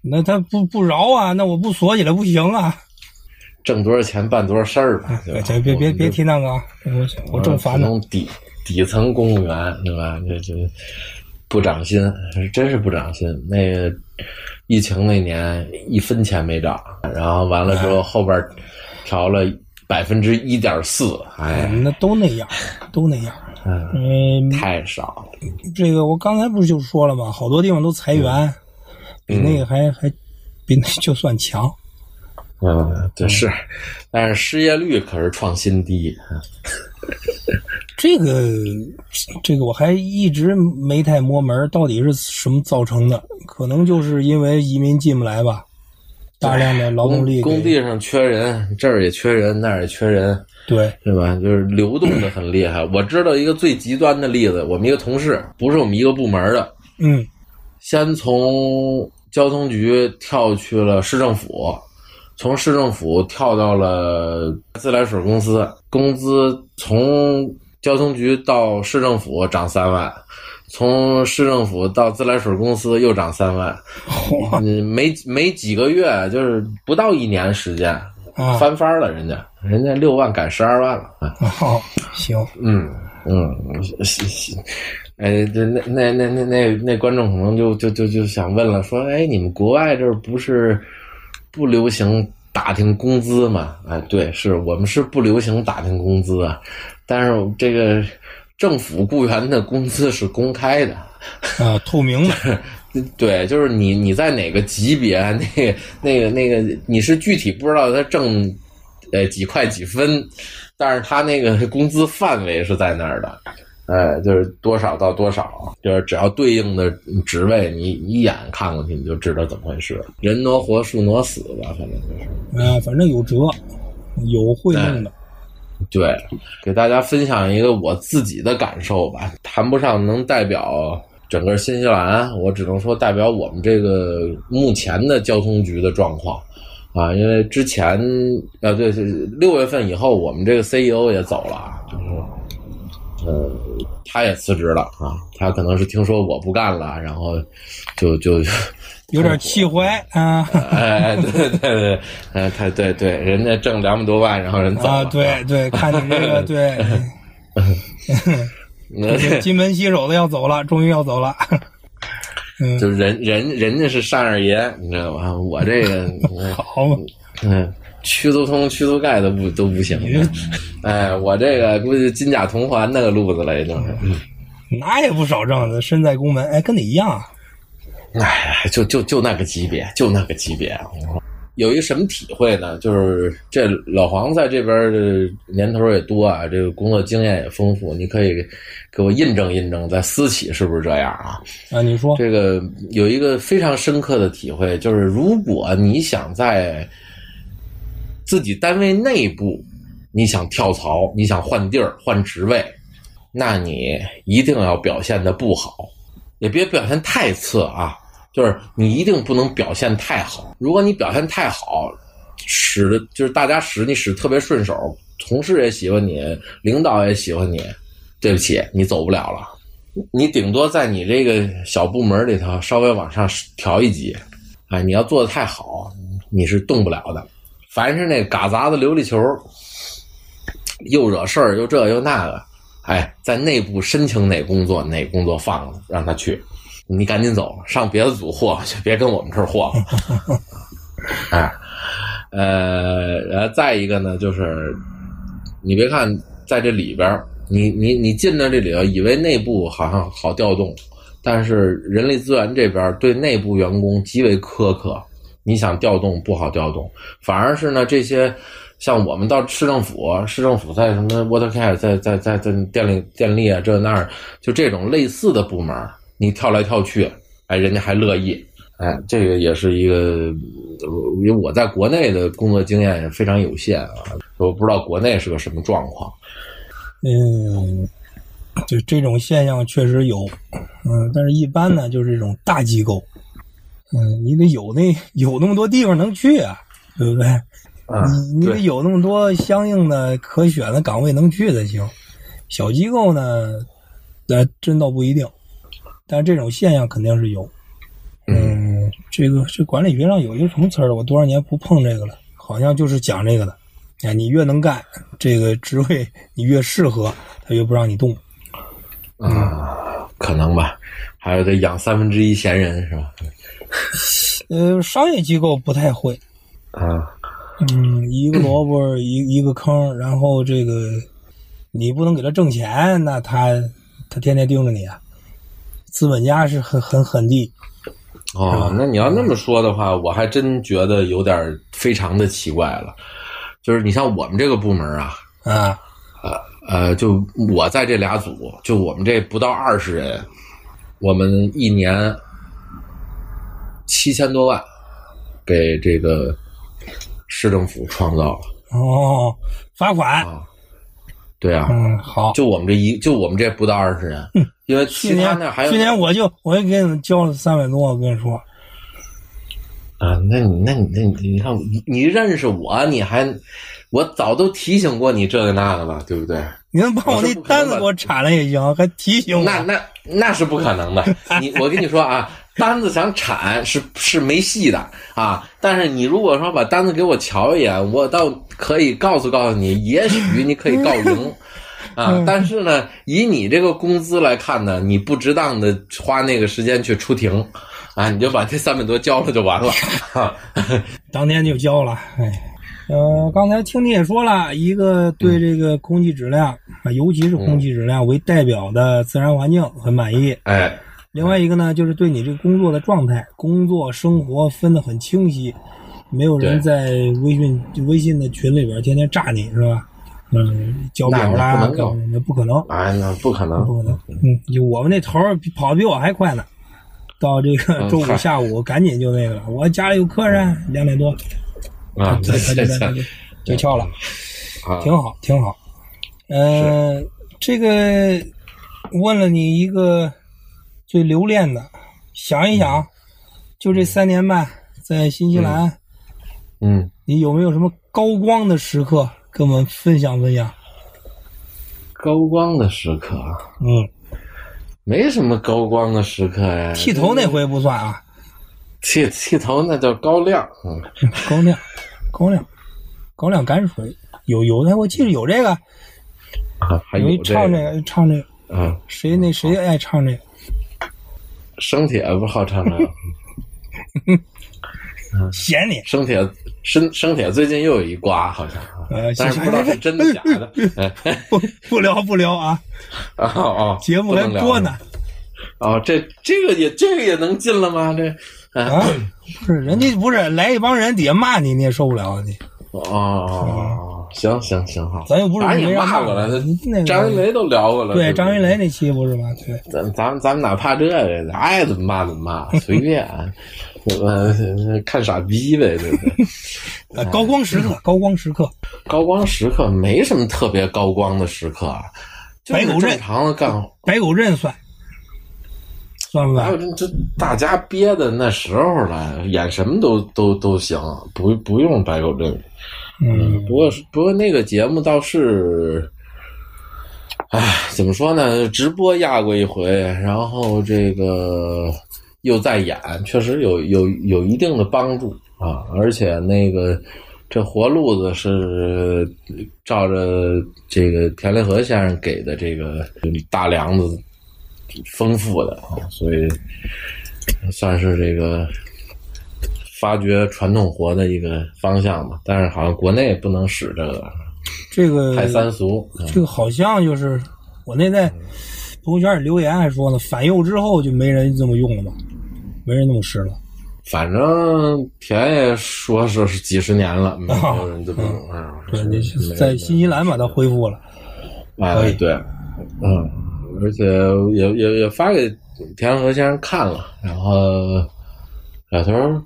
Speaker 4: 那他不不饶啊？那我不锁起来不行 啊！
Speaker 3: 挣多少钱办多少事儿吧，对吧？
Speaker 4: 哎
Speaker 3: 哎
Speaker 4: 别别
Speaker 3: 我
Speaker 4: 别
Speaker 3: 们
Speaker 4: 别
Speaker 3: 就
Speaker 4: 提那个啊！我我正烦
Speaker 3: 那
Speaker 4: 呢。
Speaker 3: 种呃底底层公务员，对吧？这这不长心，真是不长心。那个疫情那年一分钱没涨，然后完了之后后边调了百分之一点四，哎，
Speaker 4: 那都那样，都那样。
Speaker 3: 嗯，
Speaker 4: 嗯，
Speaker 3: 太少了。
Speaker 4: 这个我刚才不是就说了吗？好多地方都裁
Speaker 3: 嗯
Speaker 4: 员，比那个还还比那就算强。
Speaker 3: 嗯，对是，但是失业率可是创新低。
Speaker 4: 这个这个我还一直没太摸门儿，到底是什么造成的？可能就是因为移民进不来吧，大量的劳动力给
Speaker 3: 工地上缺人，这儿也缺人，那儿也缺人，
Speaker 4: 对
Speaker 3: 对吧？就是流动的很厉害。我知道一个最极端的例子，我们一个同事，不是我们一个部门的，
Speaker 4: 嗯
Speaker 3: 先从交通局跳去了市政府，从市政府跳到了自来水公司，工资从交通局到市政府涨三万，从市政府到自来水公司又涨三万，嗯，没没几个月，就是不到一年时间，
Speaker 4: 啊
Speaker 3: 翻番了，人家人家六万改十二万了，啊
Speaker 4: 好行
Speaker 3: 嗯，嗯，是是，哎，这那那那那那那观众可能就就就就想问了，说，哎，你们国外这儿不是不流行打听工资吗？哎，对，是我们是不流行打听工资啊，但是这个政府雇员的工资是公开的，
Speaker 4: 啊透明的
Speaker 3: 对，就是你你在哪个级别， 那个那个那个，你是具体不知道他挣呃几块几分，但是他那个工资范围是在那儿的， 呃，就是多少到多少，就是只要对应的职位，你一眼看过去你就知道怎么回事。人挪活，树挪死吧，反正就是。
Speaker 4: 啊，反正有折，有会弄的。
Speaker 3: 对，给大家分享一个我自己的感受吧，谈不上能代表整个新西兰，我只能说代表我们这个目前的交通局的状况啊，因为之前啊，对，是六月份以后，我们这个 CEO 也走了，啊就是呃，他也辞职了啊，他可能是听说我不干了，然后就就。
Speaker 4: 有点气怀啊
Speaker 3: 哎，对对对，哎，他对对，人家挣两百多万，然后人走了
Speaker 4: 啊！对对，看你 这个对，
Speaker 3: 嗯
Speaker 4: 这金盆洗手的要走了，终于要走了。嗯，
Speaker 3: 就是人人人家是单二爷，你知道吧？我这个，
Speaker 4: 好嘛，
Speaker 3: 嗯，驱都通、驱都盖都不都不行。哎，我这个估计金甲铜环那个路子了，已经是。
Speaker 4: 哪也不少挣的，身在宫门，哎，跟你一样啊。
Speaker 3: 哎，就就就那个级别，就那个级别。啊有一什么体会呢？就是这老黄在这边的年头也多啊，这个工作经验也丰富，你可以给我印证印证，在私企是不是这样啊？
Speaker 4: 啊，你说
Speaker 3: 这个有一个非常深刻的体会，就是如果你想在自己单位内部，你想跳槽，你想换地儿、换职位，那你一定要表现的不好，也别表现太次啊。就是你一定不能表现太好，如果你表现太好，使的就是大家使你使特别顺手，同事也喜欢你，领导也喜欢你，对不起，你走不了了。你顶多在你这个小部门里头稍微往上调一级，哎，你要做的太好，你是动不了的。凡是那嘎杂的琉璃球，又惹事儿又这又那个，哎，在内部申请哪工作哪工作放了，让他去，你赶紧走，上别的组霍 霍去，别跟我们这儿霍霍。 哎，呃，然后再一个呢，就是你别看在这里边儿，你你你进到这里头，以为内部好像好调动，但是人力资源这边儿对内部员工极为苛刻，你想调动不好调动，反而是呢这些。像我们到市政府，市政府在什么 Watercare，在在在在电力电力啊这那儿，就这种类似的部门儿，你跳来跳去，哎，人家还乐意，哎，这个也是一个，呃因为我在国内的工作经验也非常有限啊，我不知道国内是个什么状况。
Speaker 4: 嗯，就这种现象确实有，嗯，但是一般呢，就是这种大机构，嗯，你得有那有那么多地方能去啊，对不对？
Speaker 3: 啊，
Speaker 4: 你你得
Speaker 3: 对
Speaker 4: 有那么多相应的可选的岗位能去才行。小机构呢，那真倒不一定，但是这种现象肯定是有。嗯，这个这管理学上有一个什么词儿，我多少年不碰这个了，好像就是讲这个的。哎，你越能干，这个职位你越适合，他越不让你动。
Speaker 3: 啊可能吧，还有得养三分之一闲人是吧？
Speaker 4: 呃，商业机构不太会，
Speaker 3: 啊，
Speaker 4: 嗯，一个萝卜 一一个坑，然后这个你不能给他挣钱，那他他天天盯着你啊。资本家是很很狠的，
Speaker 3: 哦，那你要那么说的话，我还真觉得有点儿非常的奇怪了。就是你像我们这个部门啊，
Speaker 4: 啊，
Speaker 3: 呃，就我在这俩组，就我们这不到二十人，我们一年七千多万给这个市政府创造了。
Speaker 4: 哦，罚款，
Speaker 3: 啊对啊，
Speaker 4: 嗯，好。
Speaker 3: 就我们这一，就我们这不到二十人，因为
Speaker 4: 去
Speaker 3: 其他
Speaker 4: 年
Speaker 3: 那还有
Speaker 4: 去年我就我也给你们交了三百多，我跟你说，
Speaker 3: 啊，那你那你那你你看你你认识我，你还我早都提醒过你这个那个了，对不对？
Speaker 4: 你能把我
Speaker 3: 我
Speaker 4: 那
Speaker 3: 是不可能
Speaker 4: 单子
Speaker 3: 把
Speaker 4: 给我铲了也行，还提醒我。
Speaker 3: 那那那是不可能 的。你我跟你说啊，单子想铲是是没戏的啊。但是你如果说把单子给我瞧一眼，我倒可以告诉告诉你，也许你可以告 赢。啊，但是呢，以你这个工资来看呢，你不值当的花那个时间去出庭，啊，你就把这三百多交了就 完了。啊、
Speaker 4: 当天就交了。哎，呃，刚才听你也说了，一个
Speaker 3: 嗯
Speaker 4: 对这个空气质量啊，尤其是空气质量为代表的自然环境很满意；
Speaker 3: 哎，
Speaker 4: 另外一个呢，就是对你这个工作的状态、工作生活分得很清晰，没有人
Speaker 3: 对
Speaker 4: 在微信微信的群里边天天炸你是吧？嗯，交表
Speaker 3: 那
Speaker 4: 啦，
Speaker 3: 你不能
Speaker 4: 干嘛的不可能。
Speaker 3: 哎，那不可能，
Speaker 4: 不可能。嗯，有我们那头儿比跑得比我还快呢。到这个
Speaker 3: 嗯
Speaker 4: 周五
Speaker 3: 嗨嗯
Speaker 4: 下午，赶紧就那个了。我家里有客人，两点多，
Speaker 3: 啊！
Speaker 4: 他
Speaker 3: 这
Speaker 4: 就
Speaker 3: 这这
Speaker 4: 他就就翘了，
Speaker 3: 啊，
Speaker 4: 挺好，挺好。呃，这个问了你一个最留恋的，想一想，就这三年半在新西兰，
Speaker 3: 嗯，
Speaker 4: 你有没有什么高光的时刻跟我们分享分享？
Speaker 3: 高光的时刻啊。
Speaker 4: 嗯，
Speaker 3: 没什么高光的时刻呀。
Speaker 4: 剃头那回不 算啊，
Speaker 3: 剃剃头那叫高亮，嗯，
Speaker 4: 高粱，高粱，高粱泔水，有有的，我记得有这个，
Speaker 3: 啊还
Speaker 4: 有一
Speaker 3: 有
Speaker 4: 唱这
Speaker 3: 个嗯
Speaker 4: 个唱这个，
Speaker 3: 啊，
Speaker 4: 谁那谁爱唱这个？
Speaker 3: 生铁不好唱啊吗？
Speaker 4: 嫌你
Speaker 3: 生铁生生铁最近又有一瓜，好像，啊
Speaker 4: 呃
Speaker 3: 但是
Speaker 4: 行
Speaker 3: 不知道是真的假的。哎
Speaker 4: 不不聊不聊啊，
Speaker 3: 哦哦，
Speaker 4: 节目
Speaker 3: 不
Speaker 4: 还
Speaker 3: 能聊
Speaker 4: 播呢
Speaker 3: 哦，这这个也这个也能进了吗？这
Speaker 4: 啊
Speaker 3: 啊，
Speaker 4: 不是人家不是来一帮人底下骂你，你也受不了啊你，
Speaker 3: 哦哦，行行行好，
Speaker 4: 嗯咱又不是
Speaker 3: 反正
Speaker 4: 没
Speaker 3: 也
Speaker 4: 让
Speaker 3: 骂
Speaker 4: 骂
Speaker 3: 过了，
Speaker 4: 那个
Speaker 3: 张云雷都聊过了，
Speaker 4: 对
Speaker 3: 不
Speaker 4: 张云雷那期不是吗？对，
Speaker 3: 咱咱们咱们哪怕这个，爱怎么骂怎么骂，随便，啊 呃，看傻逼呗，对不对？
Speaker 4: 呃高光时
Speaker 3: 嗯
Speaker 4: 刻，高光时刻，
Speaker 3: 高光时刻没什么特别高光的时刻，啊，就是
Speaker 4: 白狗镇
Speaker 3: 正常的干活。
Speaker 4: 白狗镇算算不
Speaker 3: 还有
Speaker 4: 算？
Speaker 3: 这这大家憋的那时候了，演什么都都都行，不不用白狗镇。
Speaker 4: 嗯，
Speaker 3: 不过不过那个节目倒是，唉，怎么说呢？直播压过一回，然后这个又在演，确实有有有一定的帮助啊。而且那个这活路子是照着这个田连河先生给的这个大梁子丰富的啊，所以算是这个发掘传统活的一个方向吧。但是好像国内不能使这个，
Speaker 4: 这个
Speaker 3: 太三嗯俗。嗯
Speaker 4: 这个好像就是我那在朋友圈里留言还说呢，反右之后就没人这么用了嘛，没人那么吃了。
Speaker 3: 反正田也说说是几十年了，没有人这么弄啊。
Speaker 4: 哦对，
Speaker 3: 没
Speaker 4: 你
Speaker 3: 人
Speaker 4: 在新西兰把它恢复了。可
Speaker 3: 哎
Speaker 4: 以
Speaker 3: 对，嗯，而且也也也发给田和先生看了，然后老头儿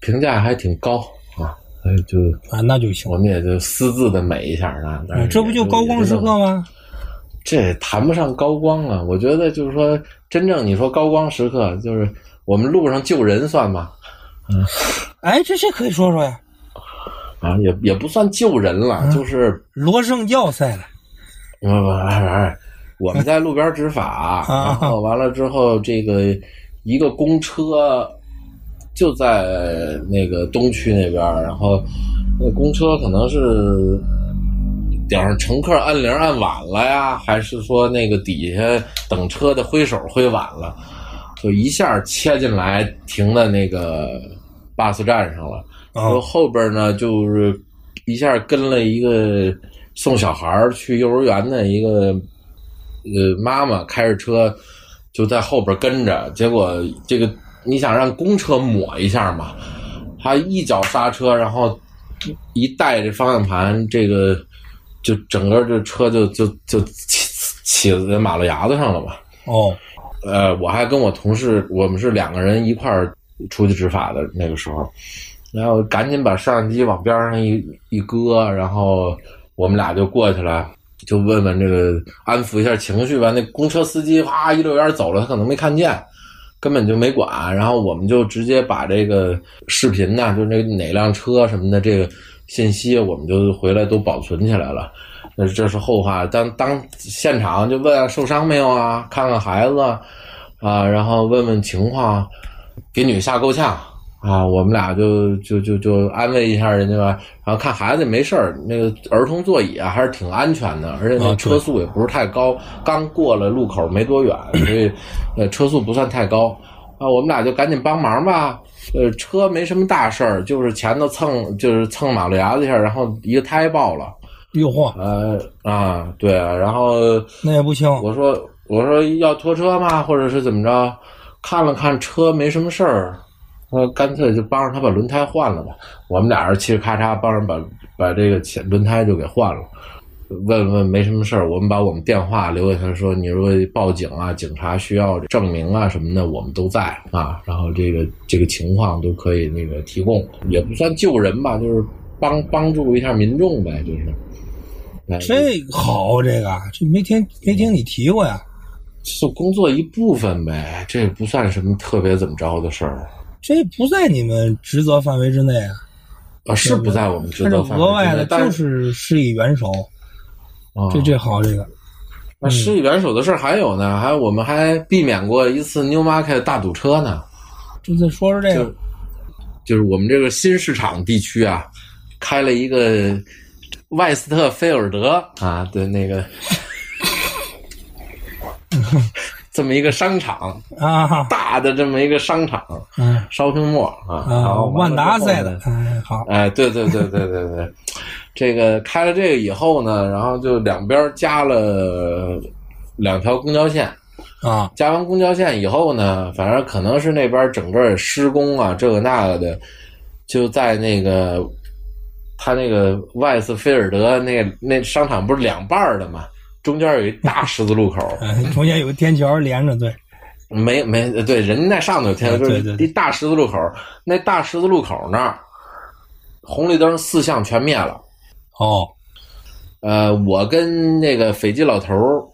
Speaker 3: 评价还挺高啊，所以就
Speaker 4: 啊，那就行
Speaker 3: 我。们也就私自的美一下啊。但
Speaker 4: 啊
Speaker 3: 是
Speaker 4: 这不
Speaker 3: 也
Speaker 4: 就高光时刻？
Speaker 3: 也就
Speaker 4: 吗？
Speaker 3: 这也谈不上高光了，我觉得就是说，真正你说高光时刻，就是我们路上救人算吗？
Speaker 4: 哎，这这可以说说呀。
Speaker 3: 啊，也也不算救人了，就是
Speaker 4: 罗胜要塞了，
Speaker 3: 不不不不，我们在路边执法，然后完了之后，这个一个公车就在那个东区那边，然后那公车可能是顶上乘客按铃按晚了呀，还是说那个底下等车的挥手挥晚了，就一下切进来停在那个 bus 站上了。然后后边呢，就是一下跟了一个送小孩儿去幼儿园的一个呃妈妈开着车就在后边跟着，结果这个你想让公车抹一下嘛，他一脚刹车，然后一带这方向盘，这个就整个这车就就就起起在马路牙子上了嘛。
Speaker 4: 哦，
Speaker 3: 呃，我还跟我同事，我们是两个人一块儿出去执法的那个时候，然后赶紧把摄像机往边上一一搁，然后我们俩就过去了，就问问这个安抚一下情绪吧。那公车司机哗一溜烟走了，他可能没看见，根本就没管。然后我们就直接把这个视频呐、就是那哪辆车什么的这个信息，我们就回来都保存起来了。那这是后话。当当现场就问受伤没有啊，看看孩子啊，啊然后问问情况，给女吓够呛啊。我们俩就就就就安慰一下人家吧，然后看孩子也没事儿，那个儿童座椅啊还是挺安全的，而且那
Speaker 4: 啊对
Speaker 3: 车速也不是太高，刚过了路口没多远，所以呃车速不算太高。啊，我们俩就赶紧帮忙吧。呃，车没什么大事儿，就是前头蹭，就是蹭马路牙子一下，然后一个胎爆了。
Speaker 4: 哟嚯，
Speaker 3: 呃啊，对啊，然后
Speaker 4: 那也不轻，
Speaker 3: 我说我说要拖车吗？或者是怎么着？看了看车没什么事儿，那干脆就帮着他把轮胎换了吧。我们俩人嘁哩咔嚓帮着把把这个前轮胎就给换了。问问没什么事儿，我们把我们电话留给他说，你如果报警啊，警察需要证明啊什么的，我们都在啊。然后这个这个情况都可以那个提供，也不算救人吧，就是帮帮助一下民众呗，就是。哎
Speaker 4: 这个好，这个这没听没听你提过呀，
Speaker 3: 是工作一部分呗，这也不算什么特别怎么着的事儿
Speaker 4: 这不在你们职责范围之内啊，
Speaker 3: 啊，是不在我们职
Speaker 4: 这是
Speaker 3: 责范围
Speaker 4: 额外
Speaker 3: 之
Speaker 4: 的，
Speaker 3: 内，但
Speaker 4: 就是施以援手，
Speaker 3: 啊
Speaker 4: 这这好，这个
Speaker 3: 那施以援手的事儿还有呢，还有我们还避免过一次 New Market 大堵车呢，
Speaker 4: 这再说说这个，
Speaker 3: 就是我们这个新市场地区啊，开了一个外斯特菲尔德啊的那 个这么一个商场，
Speaker 4: 啊哈，
Speaker 3: 大的这么一个商场
Speaker 4: 嗯
Speaker 3: shopping mall 啊，然
Speaker 4: 啊，
Speaker 3: 后完
Speaker 4: 万
Speaker 3: 了
Speaker 4: 达
Speaker 3: 之后
Speaker 4: 赛
Speaker 3: 呢
Speaker 4: 的，哎，好，
Speaker 3: 哎，对对对对对对，这个开了这个以后呢，然后就两边加了两条公交线，
Speaker 4: 啊，
Speaker 3: 加完公交线以后呢，反正可能是那边整个施工啊，这个那个的，就在那个他那个外斯菲尔德那那商场不是两半儿的嘛，中间有一大十字路口，
Speaker 4: 哎，中间有个天桥连着，对，
Speaker 3: 没没对，人家那上头有天，
Speaker 4: 啊
Speaker 3: 就
Speaker 4: 对
Speaker 3: 是
Speaker 4: 对对
Speaker 3: 一大十字路口，那大十字路口那儿红绿灯四项全灭了。
Speaker 4: 哦，
Speaker 3: 呃，我跟那个斐济老头儿，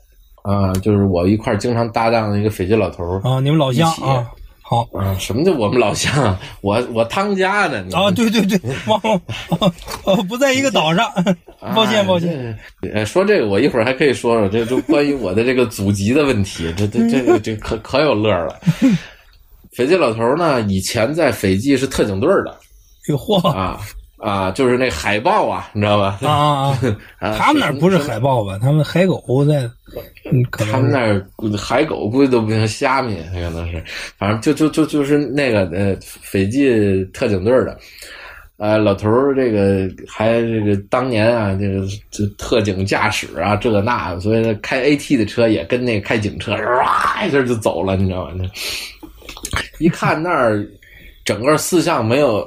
Speaker 3: 啊、就是我一块儿经常搭档的一个斐济老头儿，
Speaker 4: 啊，你们老乡
Speaker 3: 一起
Speaker 4: 啊，好，
Speaker 3: 啊，什么叫我们老乡啊？我我汤家的，你
Speaker 4: 啊，对对 对，忘了，哦，不在一个岛上， 抱歉抱歉，
Speaker 3: 歉。啊呃，说这个我一会儿还可以说说，这就关于我的这个祖籍的问题，这这这个这可可有乐 儿了。斐济老头儿呢，以前在斐济是特警队儿的
Speaker 4: 哟嚯，啊
Speaker 3: 啊啊，就是那海豹啊，你知道吧？
Speaker 4: 啊啊，
Speaker 3: 啊
Speaker 4: 他们那儿不是海豹吧？他们海狗在，嗯，可
Speaker 3: 他们
Speaker 4: 能是
Speaker 3: 那儿海狗估计都不行，虾米可能是，反正就就就就是那个呃斐济特警队儿的，呃老头儿这个还这个当年啊这个这特警驾驶啊这个那，所以开 AT 的车也跟那开警车哇一下就走了，你知道吗？那一看那儿整个四项没有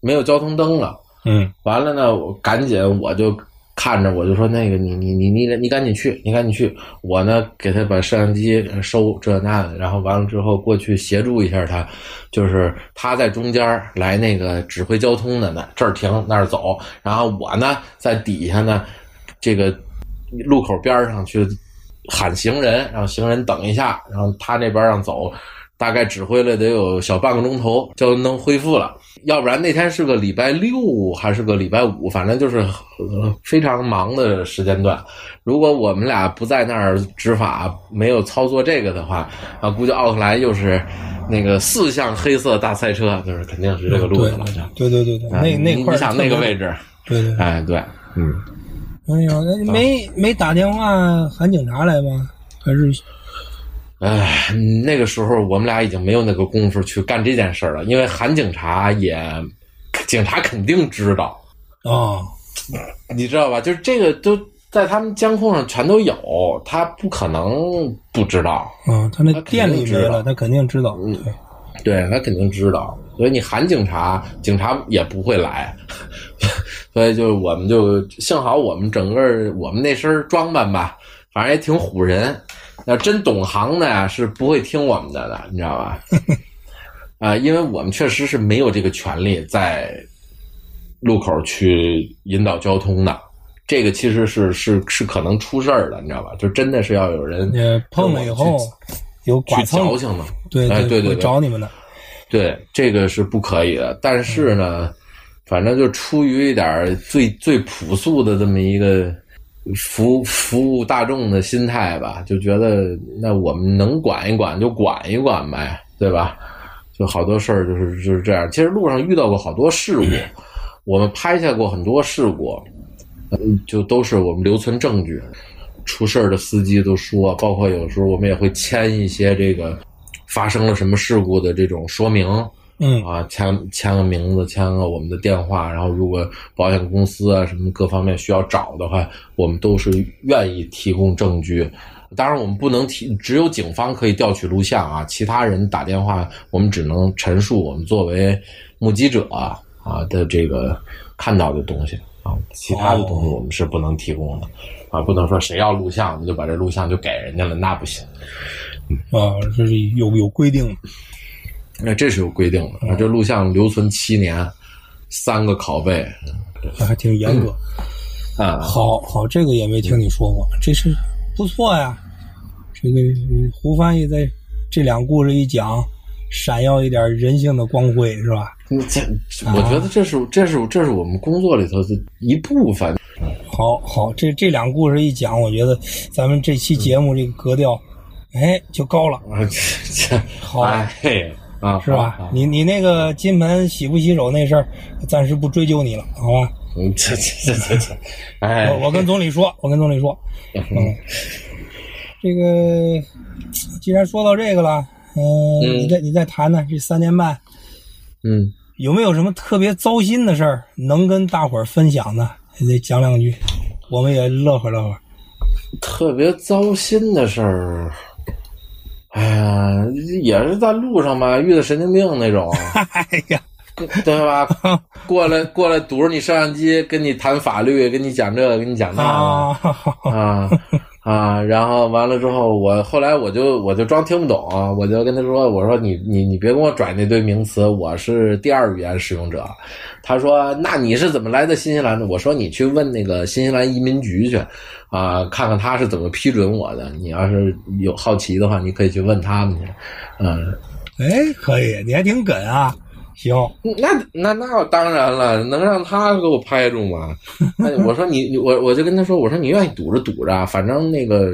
Speaker 3: 没有交通灯了。
Speaker 4: 嗯，
Speaker 3: 完了呢，我赶紧我就看着我就说那个你你你你你赶紧去，你赶紧去。我呢给他把摄像机收这那的，然后完了之后过去协助一下他，就是他在中间儿来那个指挥交通的呢，这儿停那儿走，然后我呢在底下呢这个路口边儿上去喊行人，让行人等一下，然后他那边让走。大概指挥了得有小半个钟头就能恢复了。要不然那天是个礼拜六还是个礼拜五，反正就是呃非常忙的时间段。如果我们俩不在那儿执法，没有操作这个的话，啊，估计奥克兰又是那个四项黑色大赛车，就是肯定是这个路子了。就
Speaker 4: 对对对对，
Speaker 3: 啊
Speaker 4: 那那
Speaker 3: 你
Speaker 4: 块
Speaker 3: 你想那个位
Speaker 4: 置，
Speaker 3: 置，
Speaker 4: 对对，对
Speaker 3: 哎，对，嗯，
Speaker 4: 哎呦，那
Speaker 3: 啊
Speaker 4: 没没打电话喊警察来吗？还是
Speaker 3: 哎，那个时候我们俩已经没有那个功夫去干这件事儿了，因为喊警察也，警察肯定知道，
Speaker 4: 哦，
Speaker 3: 你知道吧？就是这个都在他们监控上全都有，他不可能不知道，
Speaker 4: 啊，他那
Speaker 3: 他肯定
Speaker 4: 店里没
Speaker 3: 知
Speaker 4: 了，
Speaker 3: 道嗯
Speaker 4: 他肯定知道。对，
Speaker 3: 对他肯定知道，所以你喊警察，警察也不会来。 所以就我们就幸好我们整个儿我们那身儿装扮吧，反正也挺唬人。要真懂行的呀，是不会听我们的的，你知道吧？ 啊、因为我们确实是没有这个权利在路口去引导交通的，这个其实是是是可能出事儿的，你知道吧？就真的是要有人
Speaker 4: 你碰了以后有
Speaker 3: 去
Speaker 4: 剐蹭
Speaker 3: 矫，情的，
Speaker 4: 对
Speaker 3: 哎对对
Speaker 4: 会
Speaker 3: 对
Speaker 4: 找你们的。
Speaker 3: 对，这个是不可以的。但是呢，反正就出于一点儿最最朴素的这么一个服服务大众的心态吧，就觉得那我们能管一管就管一管呗，对吧？就好多事儿就是就是这样。其实路上遇到过好多事故，我们拍下过很多事故，嗯，就都是我们留存证据。出事儿的司机都说，包括有时候我们也会签一些这个发生了什么事故的这种说明
Speaker 4: 嗯，
Speaker 3: 啊，签签个名字，签个我们的电话，然后如果保险公司啊什么各方面需要找的话，我们都是愿意提供证据。当然，我们不能提，只有警方可以调取录像啊，其他人打电话，我们只能陈述我们作为目击者啊啊的这个看到的东西啊，其他的东西我们是不能提供的、啊，不能说谁要录像，我们就把这录像就给人家了，那不行。
Speaker 4: 啊，这是有有规定的。
Speaker 3: 那这是有规定的，这录像留存七年，三个拷贝
Speaker 4: 还挺严格。
Speaker 3: 嗯啊，
Speaker 4: 好好，这个也没听你说过，这是不错呀。这个嗯胡翻译在这两故事一讲，闪耀一点人性的光辉，是吧？
Speaker 3: 这这我觉得这是这是这是我们工作里头的一部分。啊
Speaker 4: 好好，这这两故事一讲，我觉得咱们这期节目这个格调，哎，就高了，
Speaker 3: 啊这
Speaker 4: 好
Speaker 3: 这，哎嘿啊，
Speaker 4: 是吧？
Speaker 3: 啊
Speaker 4: 你你那个金盆洗不洗手那事儿，暂时不追究你了，好吧？
Speaker 3: 嗯这这这这这，哎，
Speaker 4: 我我跟总理 说，我跟总理说，嗯，这个既然说到这个了，嗯，
Speaker 3: 嗯
Speaker 4: 你再你再谈谈这三年半
Speaker 3: 嗯，
Speaker 4: 有没有什么特别糟心的事儿能跟大伙儿分享的？你得讲两句，我们也乐呵乐呵。
Speaker 3: 特别糟心的事儿。哎呀，也是在路上吧，遇到神经病那种，
Speaker 4: 哎呀，
Speaker 3: 对 吧？过来过来堵着你摄像机，跟你谈法律，跟你讲这个，跟你讲那个。
Speaker 4: 啊， 哈哈
Speaker 3: 啊啊，然后完了之后，我后来我就我就装听不懂，我就跟他说，我说你你你别跟我拽那堆名词，我是第二语言使用者。他说那你是怎么来的新西兰的？我说你去问那个新西兰移民局去，啊，看看他是怎么批准我的。你要是有好奇的话，你可以去问他们去。嗯，
Speaker 4: 哎，可以，你还挺梗啊。行，
Speaker 3: 那那那当然了，能让他给我拍住吗？ 那我说你你我我就跟他说，我说你愿意堵着堵着啊，反正那个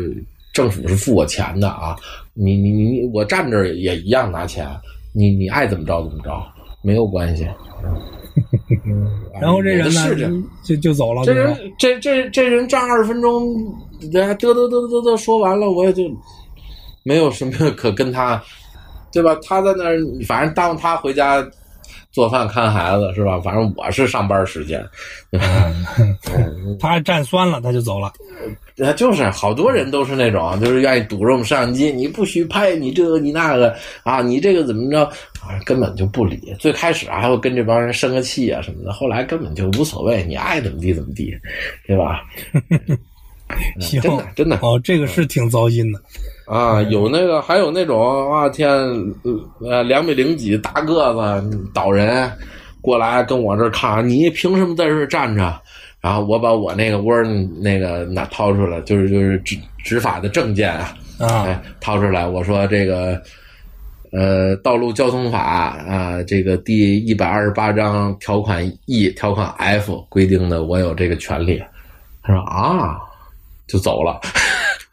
Speaker 3: 政府是付我钱的啊，你你你你我站这儿也一样拿钱，你你爱怎么着怎么着，没有关系。
Speaker 4: 然后这人呢
Speaker 3: 是这样，
Speaker 4: 就就走了，
Speaker 3: 这
Speaker 4: 对吧
Speaker 3: 人这这这人站二十分钟，人家嘚嘚嘚嘚嘚说完了，我也就没有什么可跟他，对吧？他在那儿，反正耽误他回家做饭、看孩子是吧？反正我是上班时间，
Speaker 4: 他站酸了，他就走了。
Speaker 3: 呃，就是好多人都是那种，啊就是愿意堵着我们摄像机，你不许拍，你这个你那个啊，你这个怎么着啊，根本就不理。最开始啊还会跟这帮人生个气啊什么的，后来根本就无所谓，你爱怎么地怎么地，对吧？
Speaker 4: 行，
Speaker 3: 哎真的真的
Speaker 4: 哦，这个是挺糟心的。
Speaker 3: 啊，有那个，还有那种，哇天，呃，两米零几大个子倒人过来跟我这儿抗，你凭什么在这儿站着？然后我把我那个 warn 那个拿掏出来，就是就是执执法的证件啊，
Speaker 4: 啊
Speaker 3: 哎，掏出来，我说这个，呃，道路交通法啊，这个第一百二十八章条款 E、条款 F 规定的，我有这个权利。他说啊，就走了。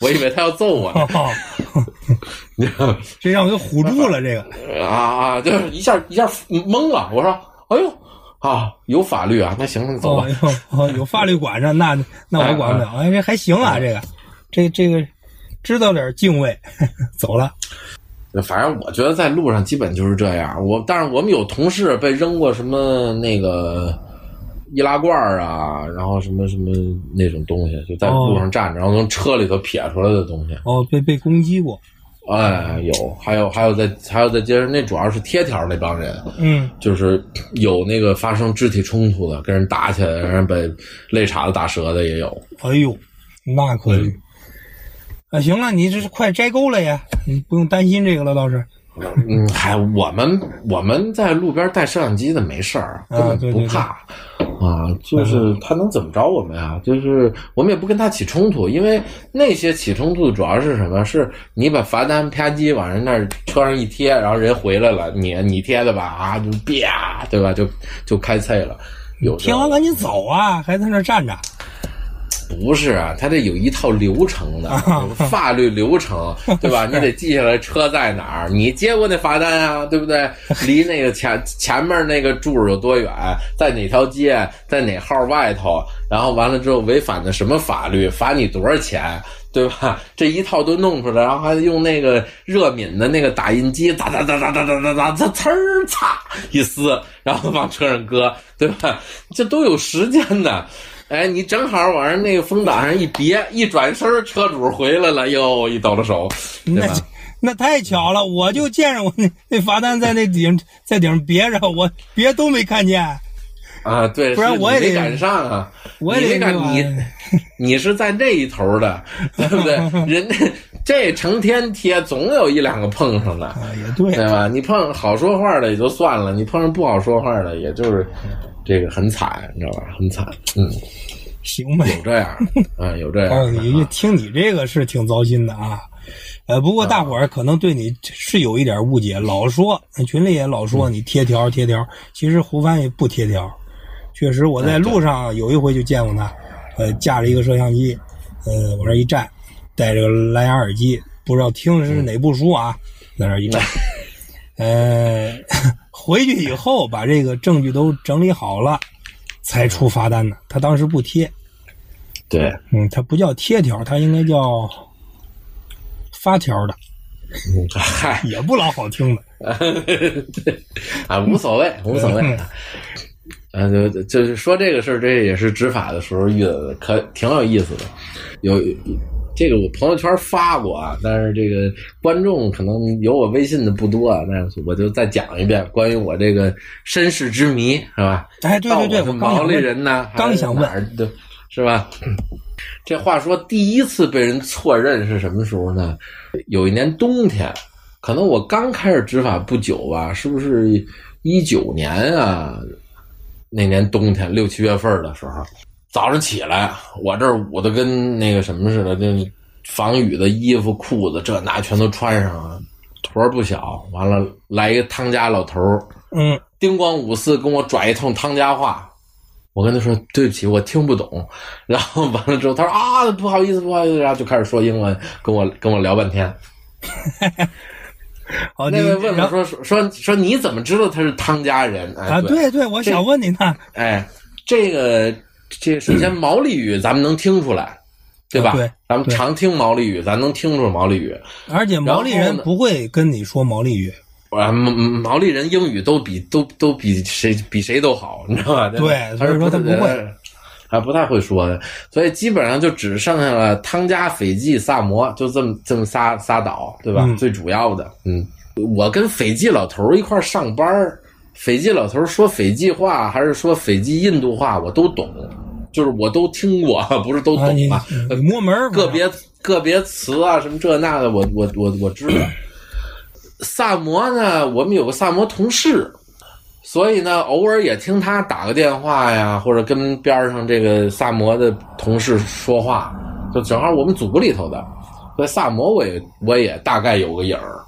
Speaker 3: 我以为他要揍我呢，
Speaker 4: 哦， 这让我给唬住了。这个
Speaker 3: 啊啊，就是一下一下懵了。我说，哎呦啊，有法律啊，那行，那走吧
Speaker 4: 哦。有哦有法律管着，那那我管不了。哎，这还行啊，这个这这个知道点敬畏， 走了。
Speaker 3: 反正我觉得在路上基本就是这样。我但是我们有同事被扔过什么那个易拉罐儿啊，然后什么什么那种东西，就在路上站着，然后从车里头撇出来的东西。
Speaker 4: 哦，被被攻击过。
Speaker 3: 哎，有，还有还有在还有在街上，那主要是贴条那帮人，
Speaker 4: 嗯，
Speaker 3: 就是有那个发生肢体冲突的，跟人打起来，让人被肋叉子打折的也有。
Speaker 4: 哎呦，那可以。
Speaker 3: 哎
Speaker 4: 啊，行了，你这是快摘钩了呀，你不用担心这个了，倒是。
Speaker 3: 嗯，还我们我们在路边带摄像机的没事儿，根
Speaker 4: 啊
Speaker 3: 本
Speaker 4: 对
Speaker 3: 不
Speaker 4: 对嗯
Speaker 3: 怕啊就是他能怎么着我们啊？就是我们也不跟他起冲突，因为那些起冲突主要是什么？是你把罚单啪叽往人那儿车上一贴，然后人回来了，你你贴的吧啊，就啪，对吧？就就开菜了。有这
Speaker 4: 贴完赶紧走啊，还在那儿站着。
Speaker 3: 不是啊，他这有一套流程的，有法律流程，对吧？你得记下来车在哪儿，你接过那罚单啊，对不对？离那个前前面那个柱儿有多远，在哪条街，在哪号外头，然后完了之后违反的什么法律，罚你多少钱，对吧？ 这一套都弄出来，然后还得用那个热敏的那个打印机，哒哒哒哒哒哒哒哒，它呲儿嚓一撕，然后往车上搁，对吧？这都有时间的。哎，你正好往人那个风挡上一别，一转身儿，车主回来了，哟，一抖了手，对
Speaker 4: 那
Speaker 3: 吧？
Speaker 4: 那太巧了，我就见着我那那罚单在那顶在顶上别着，我别都没看见，
Speaker 3: 啊，对，
Speaker 4: 不然
Speaker 3: 是你
Speaker 4: 我也
Speaker 3: 没
Speaker 4: 得
Speaker 3: 赶上啊，
Speaker 4: 我也
Speaker 3: 你没
Speaker 4: 得
Speaker 3: 赶你
Speaker 4: 这玩意儿
Speaker 3: 你是在那一头的，对不对？人家这成天贴，总有一两个碰上的，
Speaker 4: 啊，也对
Speaker 3: 对，吧？你碰上好说话的也就算了，你碰上不好说话的，也就是这个很惨，你知道吧？很惨，嗯，
Speaker 4: 行呗。
Speaker 3: 有这样，啊，有这样
Speaker 4: 告诉
Speaker 3: 的
Speaker 4: 你，一听你这个是挺糟心的啊。呃，不过大伙儿可能对你是有一点误解，老说群里也老说你贴条贴条，其实胡帆也不贴条。确实，我在路上有一回就见过他，呃，架着一个摄像机，呃，往这一站，戴着个蓝牙耳机，不知道听的是哪部书啊，在那儿一站，呃， 回去以后把这个证据都整理好了，才出罚单呢。他当时不贴，
Speaker 3: 对，
Speaker 4: 嗯，它不叫贴条，它应该叫发条的，
Speaker 3: 嗯嗨，
Speaker 4: 也不老好听的。
Speaker 3: 啊，无所谓，无所谓。啊，就就是说这个事儿，这也是执法的时候遇到的，可挺有意思的。有这个我朋友圈发过啊，但是这个观众可能有我微信的不多啊，但是我就再讲一遍关于我这个身世之谜，是吧？
Speaker 4: 哎，对对对，
Speaker 3: 到底
Speaker 4: 我
Speaker 3: 是
Speaker 4: 刚
Speaker 3: 毛
Speaker 4: 想
Speaker 3: 利
Speaker 4: 问
Speaker 3: 人呢，
Speaker 4: 刚想问
Speaker 3: 还是哪儿的，是吧？这话说，第一次被人错认是什么时候呢？有一年冬天，可能我刚开始执法不久吧，是不是一九年啊？那年冬天六七月份儿的时候，早上起来，我这儿捂的跟那个什么似的，就是防雨的衣服、裤子，这那全都穿上了，坨儿不小。完了，来一个汤家老头儿，
Speaker 4: 嗯，
Speaker 3: 叮咣五四跟我拽一通汤家话，我跟他说对不起，我听不懂。然后完了之后，他说啊，不好意思，不好意思，然后就开始说英文，跟我跟我聊半天。
Speaker 4: 好，
Speaker 3: 那
Speaker 4: 啊你
Speaker 3: 位问
Speaker 4: 然
Speaker 3: 我
Speaker 4: 后
Speaker 3: 说说说说你怎么知道他是汤家人？哎，
Speaker 4: 啊，对对，我想问你呢，
Speaker 3: 哎，这个这首先毛利语咱们能听出来，对吧？
Speaker 4: 啊对
Speaker 3: 咱们
Speaker 4: 对
Speaker 3: 常听毛利语，咱能听出毛利语。
Speaker 4: 而且毛利
Speaker 3: 然后
Speaker 4: 人
Speaker 3: 呢
Speaker 4: 不会跟你说毛利语，
Speaker 3: 啊，毛毛利人英语都比都都比谁比谁都好，你知道吧？
Speaker 4: 对
Speaker 3: 他是
Speaker 4: 所以说他不会，
Speaker 3: 还不太会说的，所以基本上就只剩下了汤加、斐济、萨摩，就这么这么仨仨岛，对吧？
Speaker 4: 嗯
Speaker 3: 最主要的，嗯，我跟斐济老头儿一块儿上班儿，斐济老头儿说斐济话还是说斐济印度话，我都懂，就是我都听过， 不是都
Speaker 4: 啊，
Speaker 3: 懂
Speaker 4: 你
Speaker 3: 啊，
Speaker 4: 你 摸门儿
Speaker 3: 个别个别词啊，什么这那的，我我我我知道。萨摩呢，我们有个萨摩同事，所以呢，偶尔也听他打个电话呀，或者跟边上这个萨摩的同事说话，就正好我们组里头的，所以萨摩我也我也大概有个影儿。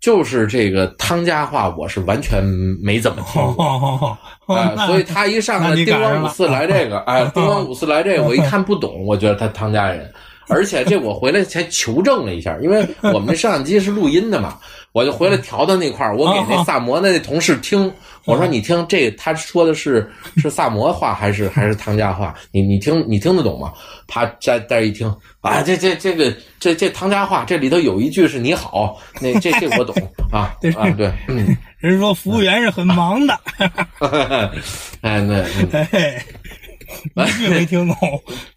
Speaker 3: 就是这个汤家话，我是完全没怎么听
Speaker 4: 好
Speaker 3: 过。
Speaker 4: 好好好，
Speaker 3: 啊、
Speaker 4: 哦那
Speaker 3: 所以他一上来
Speaker 4: 那你
Speaker 3: 叮
Speaker 4: 赶上
Speaker 3: 咣五
Speaker 4: 了啊哦
Speaker 3: 四来这个，哎，叮咣五四来这个，我一看不懂，我觉得他汤家人，而且这我回来才求证了一下，因为我们摄像机是录音的嘛，我就回来调到那块儿，我给
Speaker 4: 哦
Speaker 3: 那萨摩的那同事听，我说你听这他说的是是萨摩话还是还是汤家话？你你听你听得懂吗？他在在一听啊，这这这个这这汤家话这里头有一句是你好，那这这我懂啊 啊对，嗯，
Speaker 4: 人说服务员是很忙的，
Speaker 3: 哎那嗯。
Speaker 4: 哎，一句没听 懂。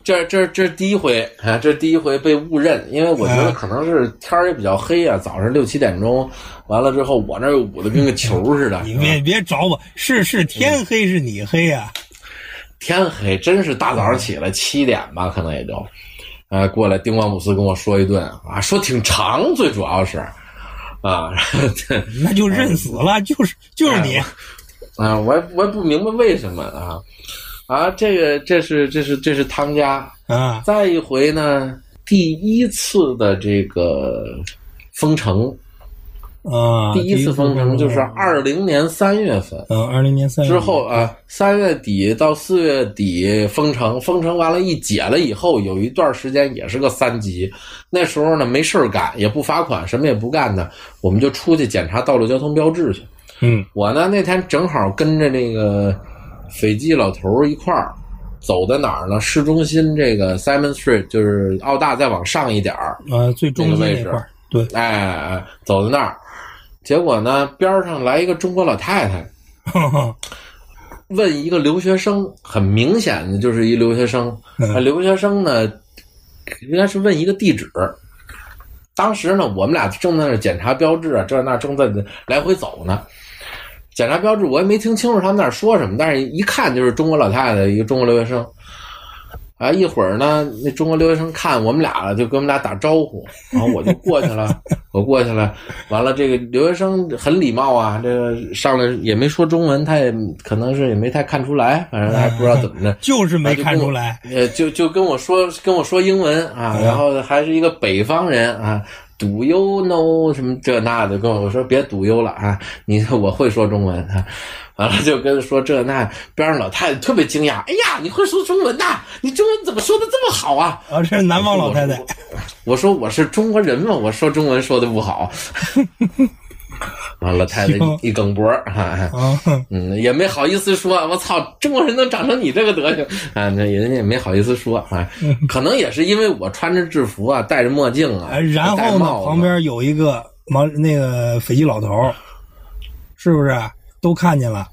Speaker 3: 这这这是第一回啊，这是第一回被误认，因为我觉得可能是天儿也比较黑啊，早上六七点钟，完了之后我那儿捂得跟个球似的，
Speaker 4: 你别别找我，是是天黑是你黑啊呀、
Speaker 3: 天黑，真是大早上起来七点吧，可能也就，呃，过来丁光姆斯跟我说一顿啊，说挺长，最主要是，啊， 对
Speaker 4: 那就认死了，就是就是你，
Speaker 3: 啊，我也我也不明白为什么啊，啊，这个这是这是这是汤家，
Speaker 4: 啊，
Speaker 3: 再一回呢，第一次的这个封城。
Speaker 4: 啊，
Speaker 3: 第一次封城啊就是
Speaker 4: 二，
Speaker 3: 二零年三月份
Speaker 4: 嗯，二零年三
Speaker 3: 之后啊，三月底到四月底封城，封城完了，一解了以后，有一段时间也是个三级。那时候呢，没事儿干，也不罚款，什么也不干呢，我们就出去检查道路交通标志去。
Speaker 4: 嗯
Speaker 3: 我呢那天正好跟着那个斐济老头儿一块儿走的哪儿呢？市中心这个 Simon Street，就是澳大再往上一点儿，
Speaker 4: 啊，最中间那块儿，对，
Speaker 3: 哎哎，哎走到那儿，结果呢，边儿上来一个中国老太太，
Speaker 4: 哈哈
Speaker 3: 问一个留学生，很明显的就是一留学生。
Speaker 4: 嗯
Speaker 3: 啊，留学生呢，应该是问一个地址。当时呢，我们俩正在那儿检查标志啊，这那正在来回走呢。检查标志，我也没听清楚他们那儿说什么，但是一看就是中国老太太，一个中国留学生。啊，一会儿呢，那中国留学生看我们俩了，就跟我们俩打招呼，然后我就过去了，我过去了，完了这个留学生很礼貌啊，这个上来也没说中文，他也可能是也没太看出来，反正还不知道怎么着，
Speaker 4: 就是 没看出来，哎
Speaker 3: 呃，就就跟我说跟我说英文啊，然后还是一个北方人啊。Do you know 什么这那的，跟我说别 Do you 了啊，你我会说中文啊，完了就跟他说这那，边上老太太特别惊讶，哎呀，你会说中文呐？你中文怎么说的这么好啊？
Speaker 4: 啊，这是南方老太太，
Speaker 3: 我说我是中国人嘛，我说中文说的不 好，完了太太
Speaker 4: 行
Speaker 3: 一梗脖儿啊，
Speaker 4: 啊，哼
Speaker 3: 嗯，也没好意思说，我操，中国人能长成你这个德行啊？那人家也没好意思说啊，
Speaker 4: 嗯
Speaker 3: 可能也是因为我穿着制服啊，戴着墨镜啊
Speaker 4: 哎，然
Speaker 3: 戴
Speaker 4: 后呢
Speaker 3: 帽，子
Speaker 4: 旁边有一个忙那个斐济老头儿，是不是啊都看见了？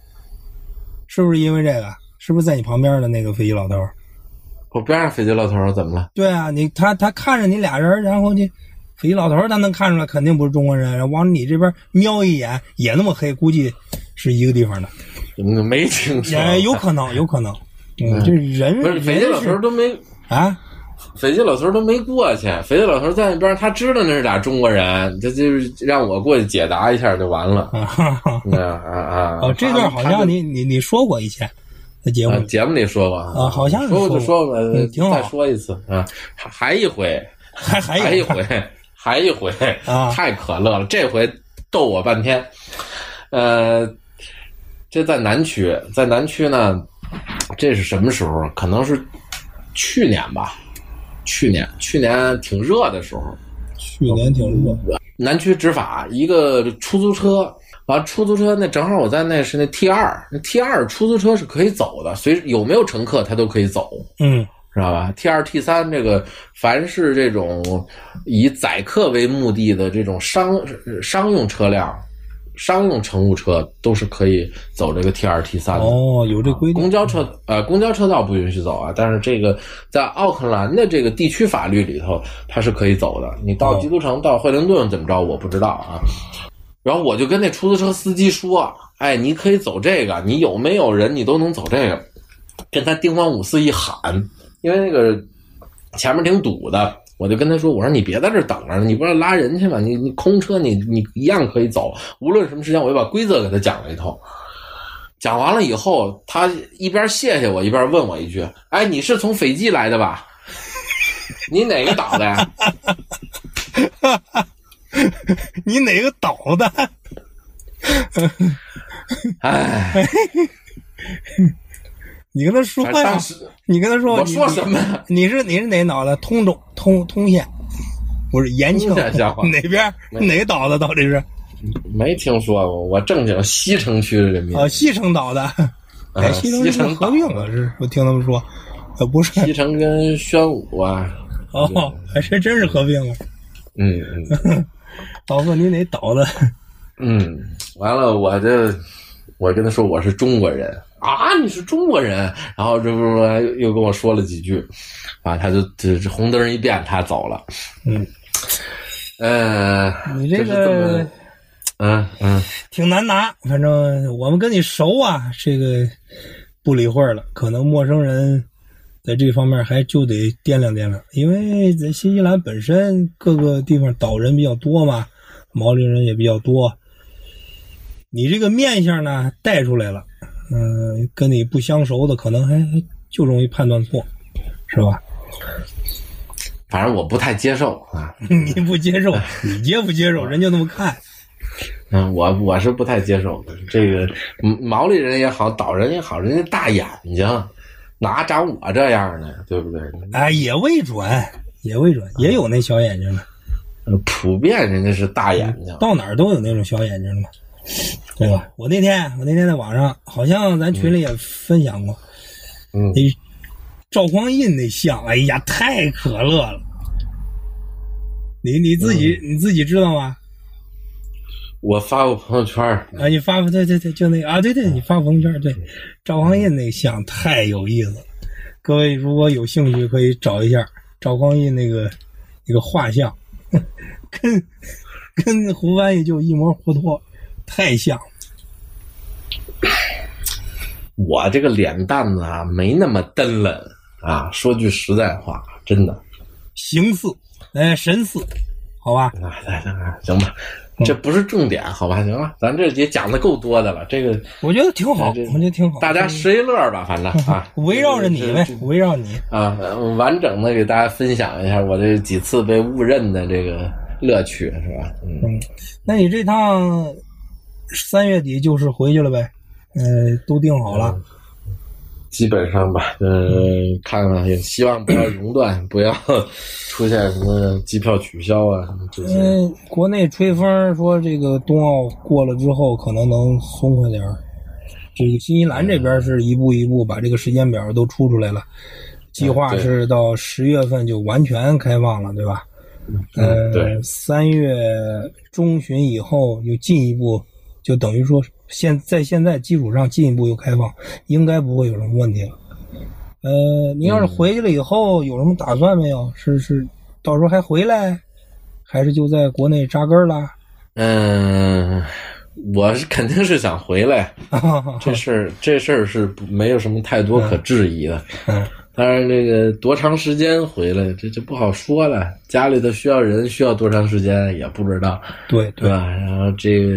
Speaker 4: 是不是因为这个？是不是在你旁边的那个斐济老头儿？
Speaker 3: 我边上斐济老头儿怎么了？
Speaker 4: 对啊，你他他看着你俩人，然后你斐济老头儿他能看出来肯定不是中国人，然后往你这边瞄一眼，也那么黑，估计是一个地方的，
Speaker 3: 嗯没听说，
Speaker 4: 也哎有可能，有可能。嗯，这人
Speaker 3: 不是斐济老头儿
Speaker 4: 人
Speaker 3: 都没
Speaker 4: 是啊，
Speaker 3: 斐济老头儿都没过去，斐济老头儿在那边儿，他知道那是俩中国人，他就是让我过去解答一下就完了。
Speaker 4: 啊哈哈
Speaker 3: 嗯啊啊！
Speaker 4: 哦，这段好
Speaker 3: 他
Speaker 4: 像
Speaker 3: 们
Speaker 4: 你你你说过以前在节目
Speaker 3: 啊
Speaker 4: 里，
Speaker 3: 节目里说过
Speaker 4: 啊好像是
Speaker 3: 说就
Speaker 4: 说
Speaker 3: 说过，
Speaker 4: 嗯挺
Speaker 3: 再
Speaker 4: 好
Speaker 3: 说一次啊，还还一回，
Speaker 4: 还还
Speaker 3: 还
Speaker 4: 有
Speaker 3: 一回，还一回，
Speaker 4: 啊
Speaker 3: 太可乐了！这回逗我半天。呃，这在南区，在南区呢，这是什么时候？可能是去年吧，去年去年挺热的时候，
Speaker 4: 去年挺热
Speaker 3: 南区执法一个出租车，完了出租车那正好我在那是那 T 二，那 T 二出租车是可以走的，随有没有乘客它都可以走。
Speaker 4: 嗯
Speaker 3: 知道吧？T 二、T 三这个，凡是这种以载客为目的的这种商商用车辆、商用乘务车，都是可以走这个 T 二、T 三的。
Speaker 4: 哦，有这规定
Speaker 3: 啊公交车呃，公交车道不允许走啊，但是这个在奥克兰的这个地区法律里头，它是可以走的。你到
Speaker 4: 哦
Speaker 3: 基督城、到惠灵顿怎么着，我不知道啊。然后我就跟那出租车司机说：“哎，你可以走这个，你有没有人你都能走这个。”跟他叮咣五四一喊，因为那个前面挺堵的，我就跟他说：“我说你别在这儿等着，你不是拉人去吗？你你空车你你一样可以走，无论什么时间，我就把规则给他讲了一通。”讲完了以后，他一边谢谢我，一边问我一句：“哎，你是从斐济来的吧？你哪个岛的呀？”
Speaker 4: 你哪个捣蛋？
Speaker 3: 哎，
Speaker 4: 你跟他说
Speaker 3: 反正
Speaker 4: 呀
Speaker 3: 当时！
Speaker 4: 你跟他说，
Speaker 3: 我
Speaker 4: 你
Speaker 3: 说什么呀？
Speaker 4: 你是你是哪脑袋？通州通通县，不是延庆
Speaker 3: 通县像话
Speaker 4: 哪边哪岛的？到底是
Speaker 3: 没听说过，我正经西城区的人民，
Speaker 4: 啊，西城岛的，哎，西城
Speaker 3: 嗯西
Speaker 4: 是不是
Speaker 3: 城
Speaker 4: 合并了，是我听他们说，呃，不是
Speaker 3: 西城跟宣武啊，
Speaker 4: 哦，还真真是合并了。
Speaker 3: 嗯嗯
Speaker 4: 老子你哪岛的？
Speaker 3: 嗯，完了，我这我跟他说我是中国人啊，你是中国人，然后这不是又跟我说了几句，啊，他就这这红灯一变，他走了，
Speaker 4: 嗯，
Speaker 3: 嗯、
Speaker 4: 你这
Speaker 3: 就是这
Speaker 4: 个
Speaker 3: 么。嗯嗯，
Speaker 4: 挺难拿，反正我们跟你熟啊，这个不理会了。可能陌生人在这方面还就得掂量掂量，因为在新西兰本身各个地方岛人比较多嘛，毛利人也比较多。你这个面相呢带出来了，嗯、跟你不相熟的可能还还就容易判断错，是吧？
Speaker 3: 反正我不太接受啊，
Speaker 4: 你不接受，你接不接受，人就那么看。
Speaker 3: 嗯，我我是不太接受的。这个嗯毛利人也好，岛人也好，人家大眼睛，哪长我这样的，对不对？
Speaker 4: 哎，也未准，也未准，也有那小眼睛的。
Speaker 3: 呃普遍人家是大眼睛。
Speaker 4: 到哪儿都有那种小眼睛的嘛，对吧？我那天我那天在网上，好像咱群里也分享过，
Speaker 3: 嗯
Speaker 4: 那赵匡胤那像，哎呀，太可乐了。你你自己、你自己知道吗？
Speaker 3: 我发过朋友圈儿，
Speaker 4: 啊，你发对对对，就那个啊，对对，你发朋友圈，对，
Speaker 3: 嗯
Speaker 4: 赵匡胤那像太有意思了。各位如果有兴趣，可以找一下赵匡胤那个那个画像，跟跟胡翻译就一模糊脱，太像了。
Speaker 3: 我这个脸蛋子啊，没那么蹬了啊。说句实在话，真的
Speaker 4: 形似，哎，神似，好吧？
Speaker 3: 啊，来来来，行吧，这不是重点，好吧？行吧，咱这也讲的够多的了，这个
Speaker 4: 我觉得挺好，我
Speaker 3: 哎这
Speaker 4: 觉得挺好。，
Speaker 3: 大家拾一乐儿吧，反正啊
Speaker 4: 围绕着你
Speaker 3: 这
Speaker 4: 呗，围绕你。
Speaker 3: 啊，完整的给大家分享一下我这几次被误认的这个乐趣，是吧？嗯，
Speaker 4: 嗯，那你这趟三月底就是回去了呗？呃，都定好
Speaker 3: 嗯
Speaker 4: 了。
Speaker 3: 基本上吧，嗯，看看，也希望不要熔断，不要 出现什么机票取消啊什么这
Speaker 4: 因
Speaker 3: 些。
Speaker 4: 为国内吹风说这个冬奥过了之后，可能能松快点儿。这个新西兰这边是一步一步把这个时间表都出出来了，计划
Speaker 3: 啊对
Speaker 4: 是到十月份就完全开放了，对吧？
Speaker 3: 嗯
Speaker 4: 呃
Speaker 3: 对，
Speaker 4: 三月中旬以后又进一步，就等于说现在现在基础上进一步又开放，应该不会有什么问题了。呃，
Speaker 3: 嗯
Speaker 4: 您要是回去了以后有什么打算没有？是是，到时候还回来，还是就在国内扎根儿 啦？
Speaker 3: 嗯，我是肯定是想回来，这事儿这事儿是不没有什么太多可质疑的。
Speaker 4: 嗯
Speaker 3: 当然，这个多长时间回来，这就不好说了。家里头需要人，需要多长时间也不知道。
Speaker 4: 对
Speaker 3: 对
Speaker 4: 对，
Speaker 3: 吧？然后这个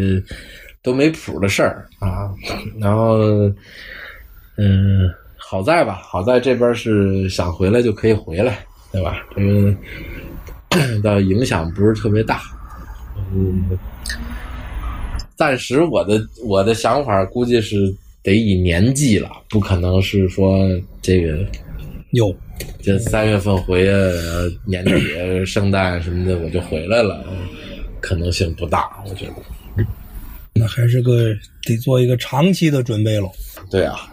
Speaker 3: 都没谱的事儿啊，然后嗯、好在吧，好在这边是想回来就可以回来，对吧？这个倒影响不是特别大，嗯，暂时我的我的想法估计是得以年计了，不可能是说这个
Speaker 4: 有
Speaker 3: 这三月份回去，呃年底圣诞什么的我就回来了，呃可能性不大，我觉得。
Speaker 4: 那还是个得做一个长期的准备喽。
Speaker 3: 对啊，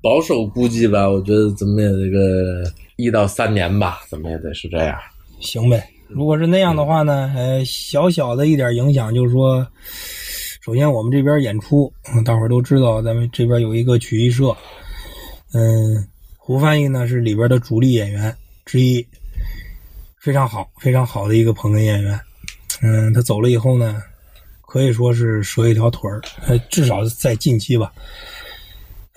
Speaker 3: 保守估计吧，我觉得怎么也得个一到三年吧，怎么也得是这样。
Speaker 4: 行呗。如果是那样的话呢，呃，小小的一点影响就是说，首先我们这边演出，嗯大伙儿都知道，咱们这边有一个曲艺社，嗯，胡翻译呢是里边的主力演员之一，非常好，非常好的一个捧哏演员。嗯，他走了以后呢，可以说是折一条腿儿，呃，至少在近期吧，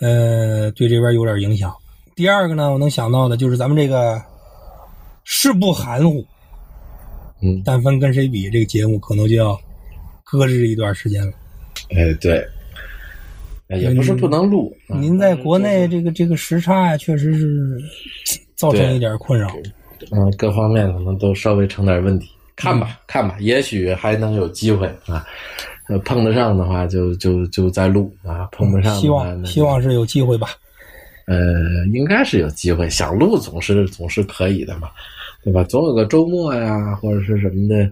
Speaker 4: 呃，对这边有点影响。第二个呢，我能想到的就是咱们这个是不含糊，
Speaker 3: 嗯
Speaker 4: 但凡跟谁比，这个节目可能就要搁置一段时间了。
Speaker 3: 哎，对，哎也不是不能录。啊
Speaker 4: 您在国内这个这个时差呀、确实是造成一点困扰。
Speaker 3: 嗯嗯，各方面可能都稍微成点问题。看吧，看吧，也许还能有机会啊。呃碰得上的话就，就就再录啊；碰不上
Speaker 4: 希
Speaker 3: 的话，那
Speaker 4: 望
Speaker 3: 就
Speaker 4: 希望是有机会吧。
Speaker 3: 呃，应该是有机会，想录总是总是可以的嘛，对吧？总有个周末呀，或者是什么的，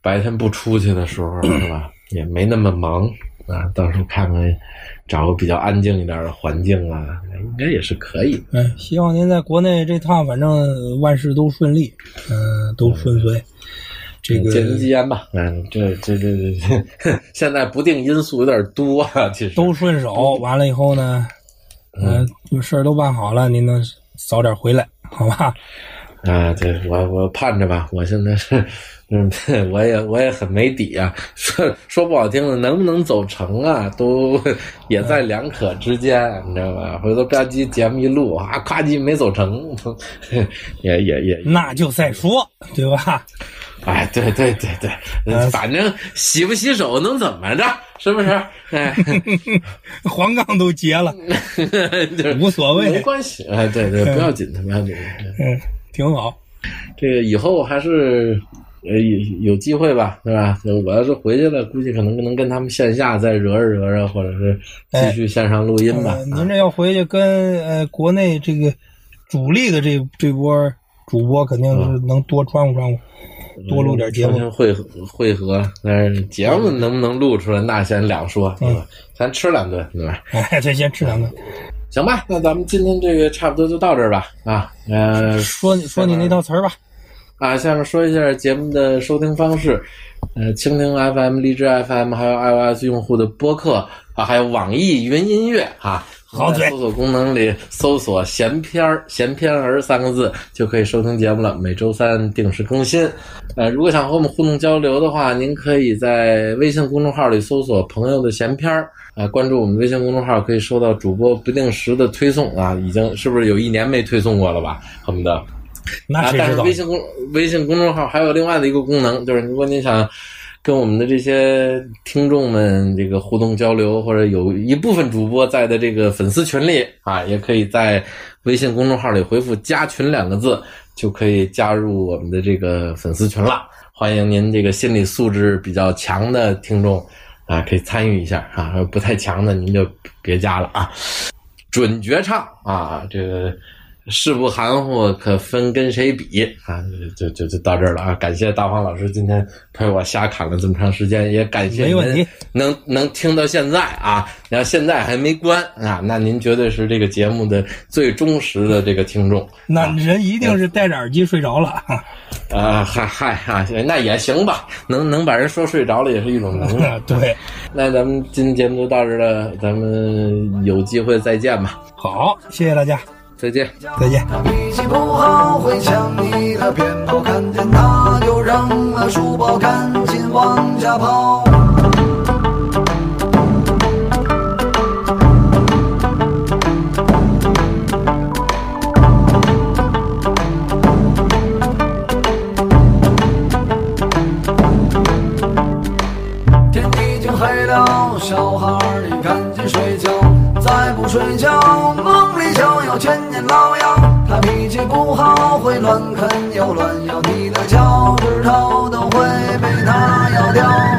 Speaker 3: 白天不出去的时候，是吧？也没那么忙啊，到时候看看，找个比较安静一点的环境啊，应该也是可以的。
Speaker 4: 嗯，希望您在国内这趟反正万事都顺利，嗯、都顺
Speaker 3: 嗯
Speaker 4: 遂。这个
Speaker 3: 见机言吧，嗯，这这这这这， 现在不定因素有点多啊，其实
Speaker 4: 都顺手，完了以后呢，嗯、事儿都办好了，您能早点回来，好吧？
Speaker 3: 啊，对我我盼着吧，我现在是，嗯， 我也我也很没底啊，说说不好听的，能不能走成啊，都也
Speaker 4: 嗯
Speaker 3: 在两可之间，你知道吧？回头吧唧节目一录啊，咔叽没走成， 也也也，
Speaker 4: 那就再说，对吧？
Speaker 3: 哎，对对对
Speaker 4: 呃
Speaker 3: 对，反正洗不洗手能怎么着，是不是？哎，
Speaker 4: 黄冈都结了，
Speaker 3: 就是
Speaker 4: 无 所
Speaker 3: 没
Speaker 4: 谓，
Speaker 3: 关系，哎，对对，不要紧的，不要紧的。
Speaker 4: 嗯，挺好。
Speaker 3: 这个以后还是呃有有机会吧，对吧？我要是回去了，估计可能能跟他们线下再惹着惹着，或者是继续线上录音吧。啊
Speaker 4: 哎呃您这要回去跟呃国内这个主力的这这波主播，肯定
Speaker 3: 嗯
Speaker 4: 是能多穿呼穿呼，多录点节目嗯
Speaker 3: 重。新汇合汇合，但是节目能不能录出来，那先两说，对吧？咱吃两顿，对吧？
Speaker 4: 哎，这先吃两顿。
Speaker 3: 行吧，那咱们今天这个差不多就到这儿吧。啊，呃，
Speaker 4: 说你说你那套词儿吧，
Speaker 3: 啊，下面说一下节目的收听方式，呃，蜻蜓 FM、荔枝 FM，还有 iOS 用户的播客啊，还有网易云音乐啊。
Speaker 4: 好
Speaker 3: 在
Speaker 4: 嘴
Speaker 3: 搜索功能里搜索“闲篇儿”“闲篇儿”三个字就可以收听节目了，每周三定时更新。呃，如果想和我们互动交流的话，您可以在微信公众号里搜索“朋友的闲篇儿”，啊、关注我们微信公众号可以收到主播不定时的推送啊，已经是不是有一年没推送过了吧？恨不得。
Speaker 4: 那
Speaker 3: 啊，
Speaker 4: 谁
Speaker 3: 但
Speaker 4: 知
Speaker 3: 是
Speaker 4: 道
Speaker 3: 微？信公微信公众号还有另外的一个功能，就是如果你想跟我们的这些听众们这个互动交流，或者有一部分主播在的这个粉丝群里啊，也可以在微信公众号里回复“加群”两个字，就可以加入我们的这个粉丝群了。欢迎您这个心理素质比较强的听众啊，可以参与一下啊，不太强的您就别加了啊。准绝唱啊，这个事不含糊，可分跟谁比啊？就就就到这儿了啊！感谢大黄老师今天陪我瞎侃了这么长时间，也感谢
Speaker 4: 没问
Speaker 3: 您
Speaker 4: 题
Speaker 3: 能能听到现在啊！然后现在还没关啊，那您绝对是这个节目的最忠实的这个听众
Speaker 4: 那人一
Speaker 3: 嗯
Speaker 4: 定是戴着耳机睡着了。
Speaker 3: 啊！嗨嗨啊，那也行吧，能能把人说睡着了也是一种能 耐。
Speaker 4: 对，
Speaker 3: 那咱们今天节目就到这儿了，咱们有机会再见吧，
Speaker 4: 好，谢谢大家，
Speaker 3: 再见。
Speaker 4: 再见。
Speaker 5: 他脾气不好，会抢你的偏跑，看见他就扔了书包，赶紧往家跑。天已经黑了，小孩儿你赶紧睡觉，再不睡觉，梦里就有千年老妖。他脾气不好，会乱啃又乱咬，你的脚趾头都会被他咬掉。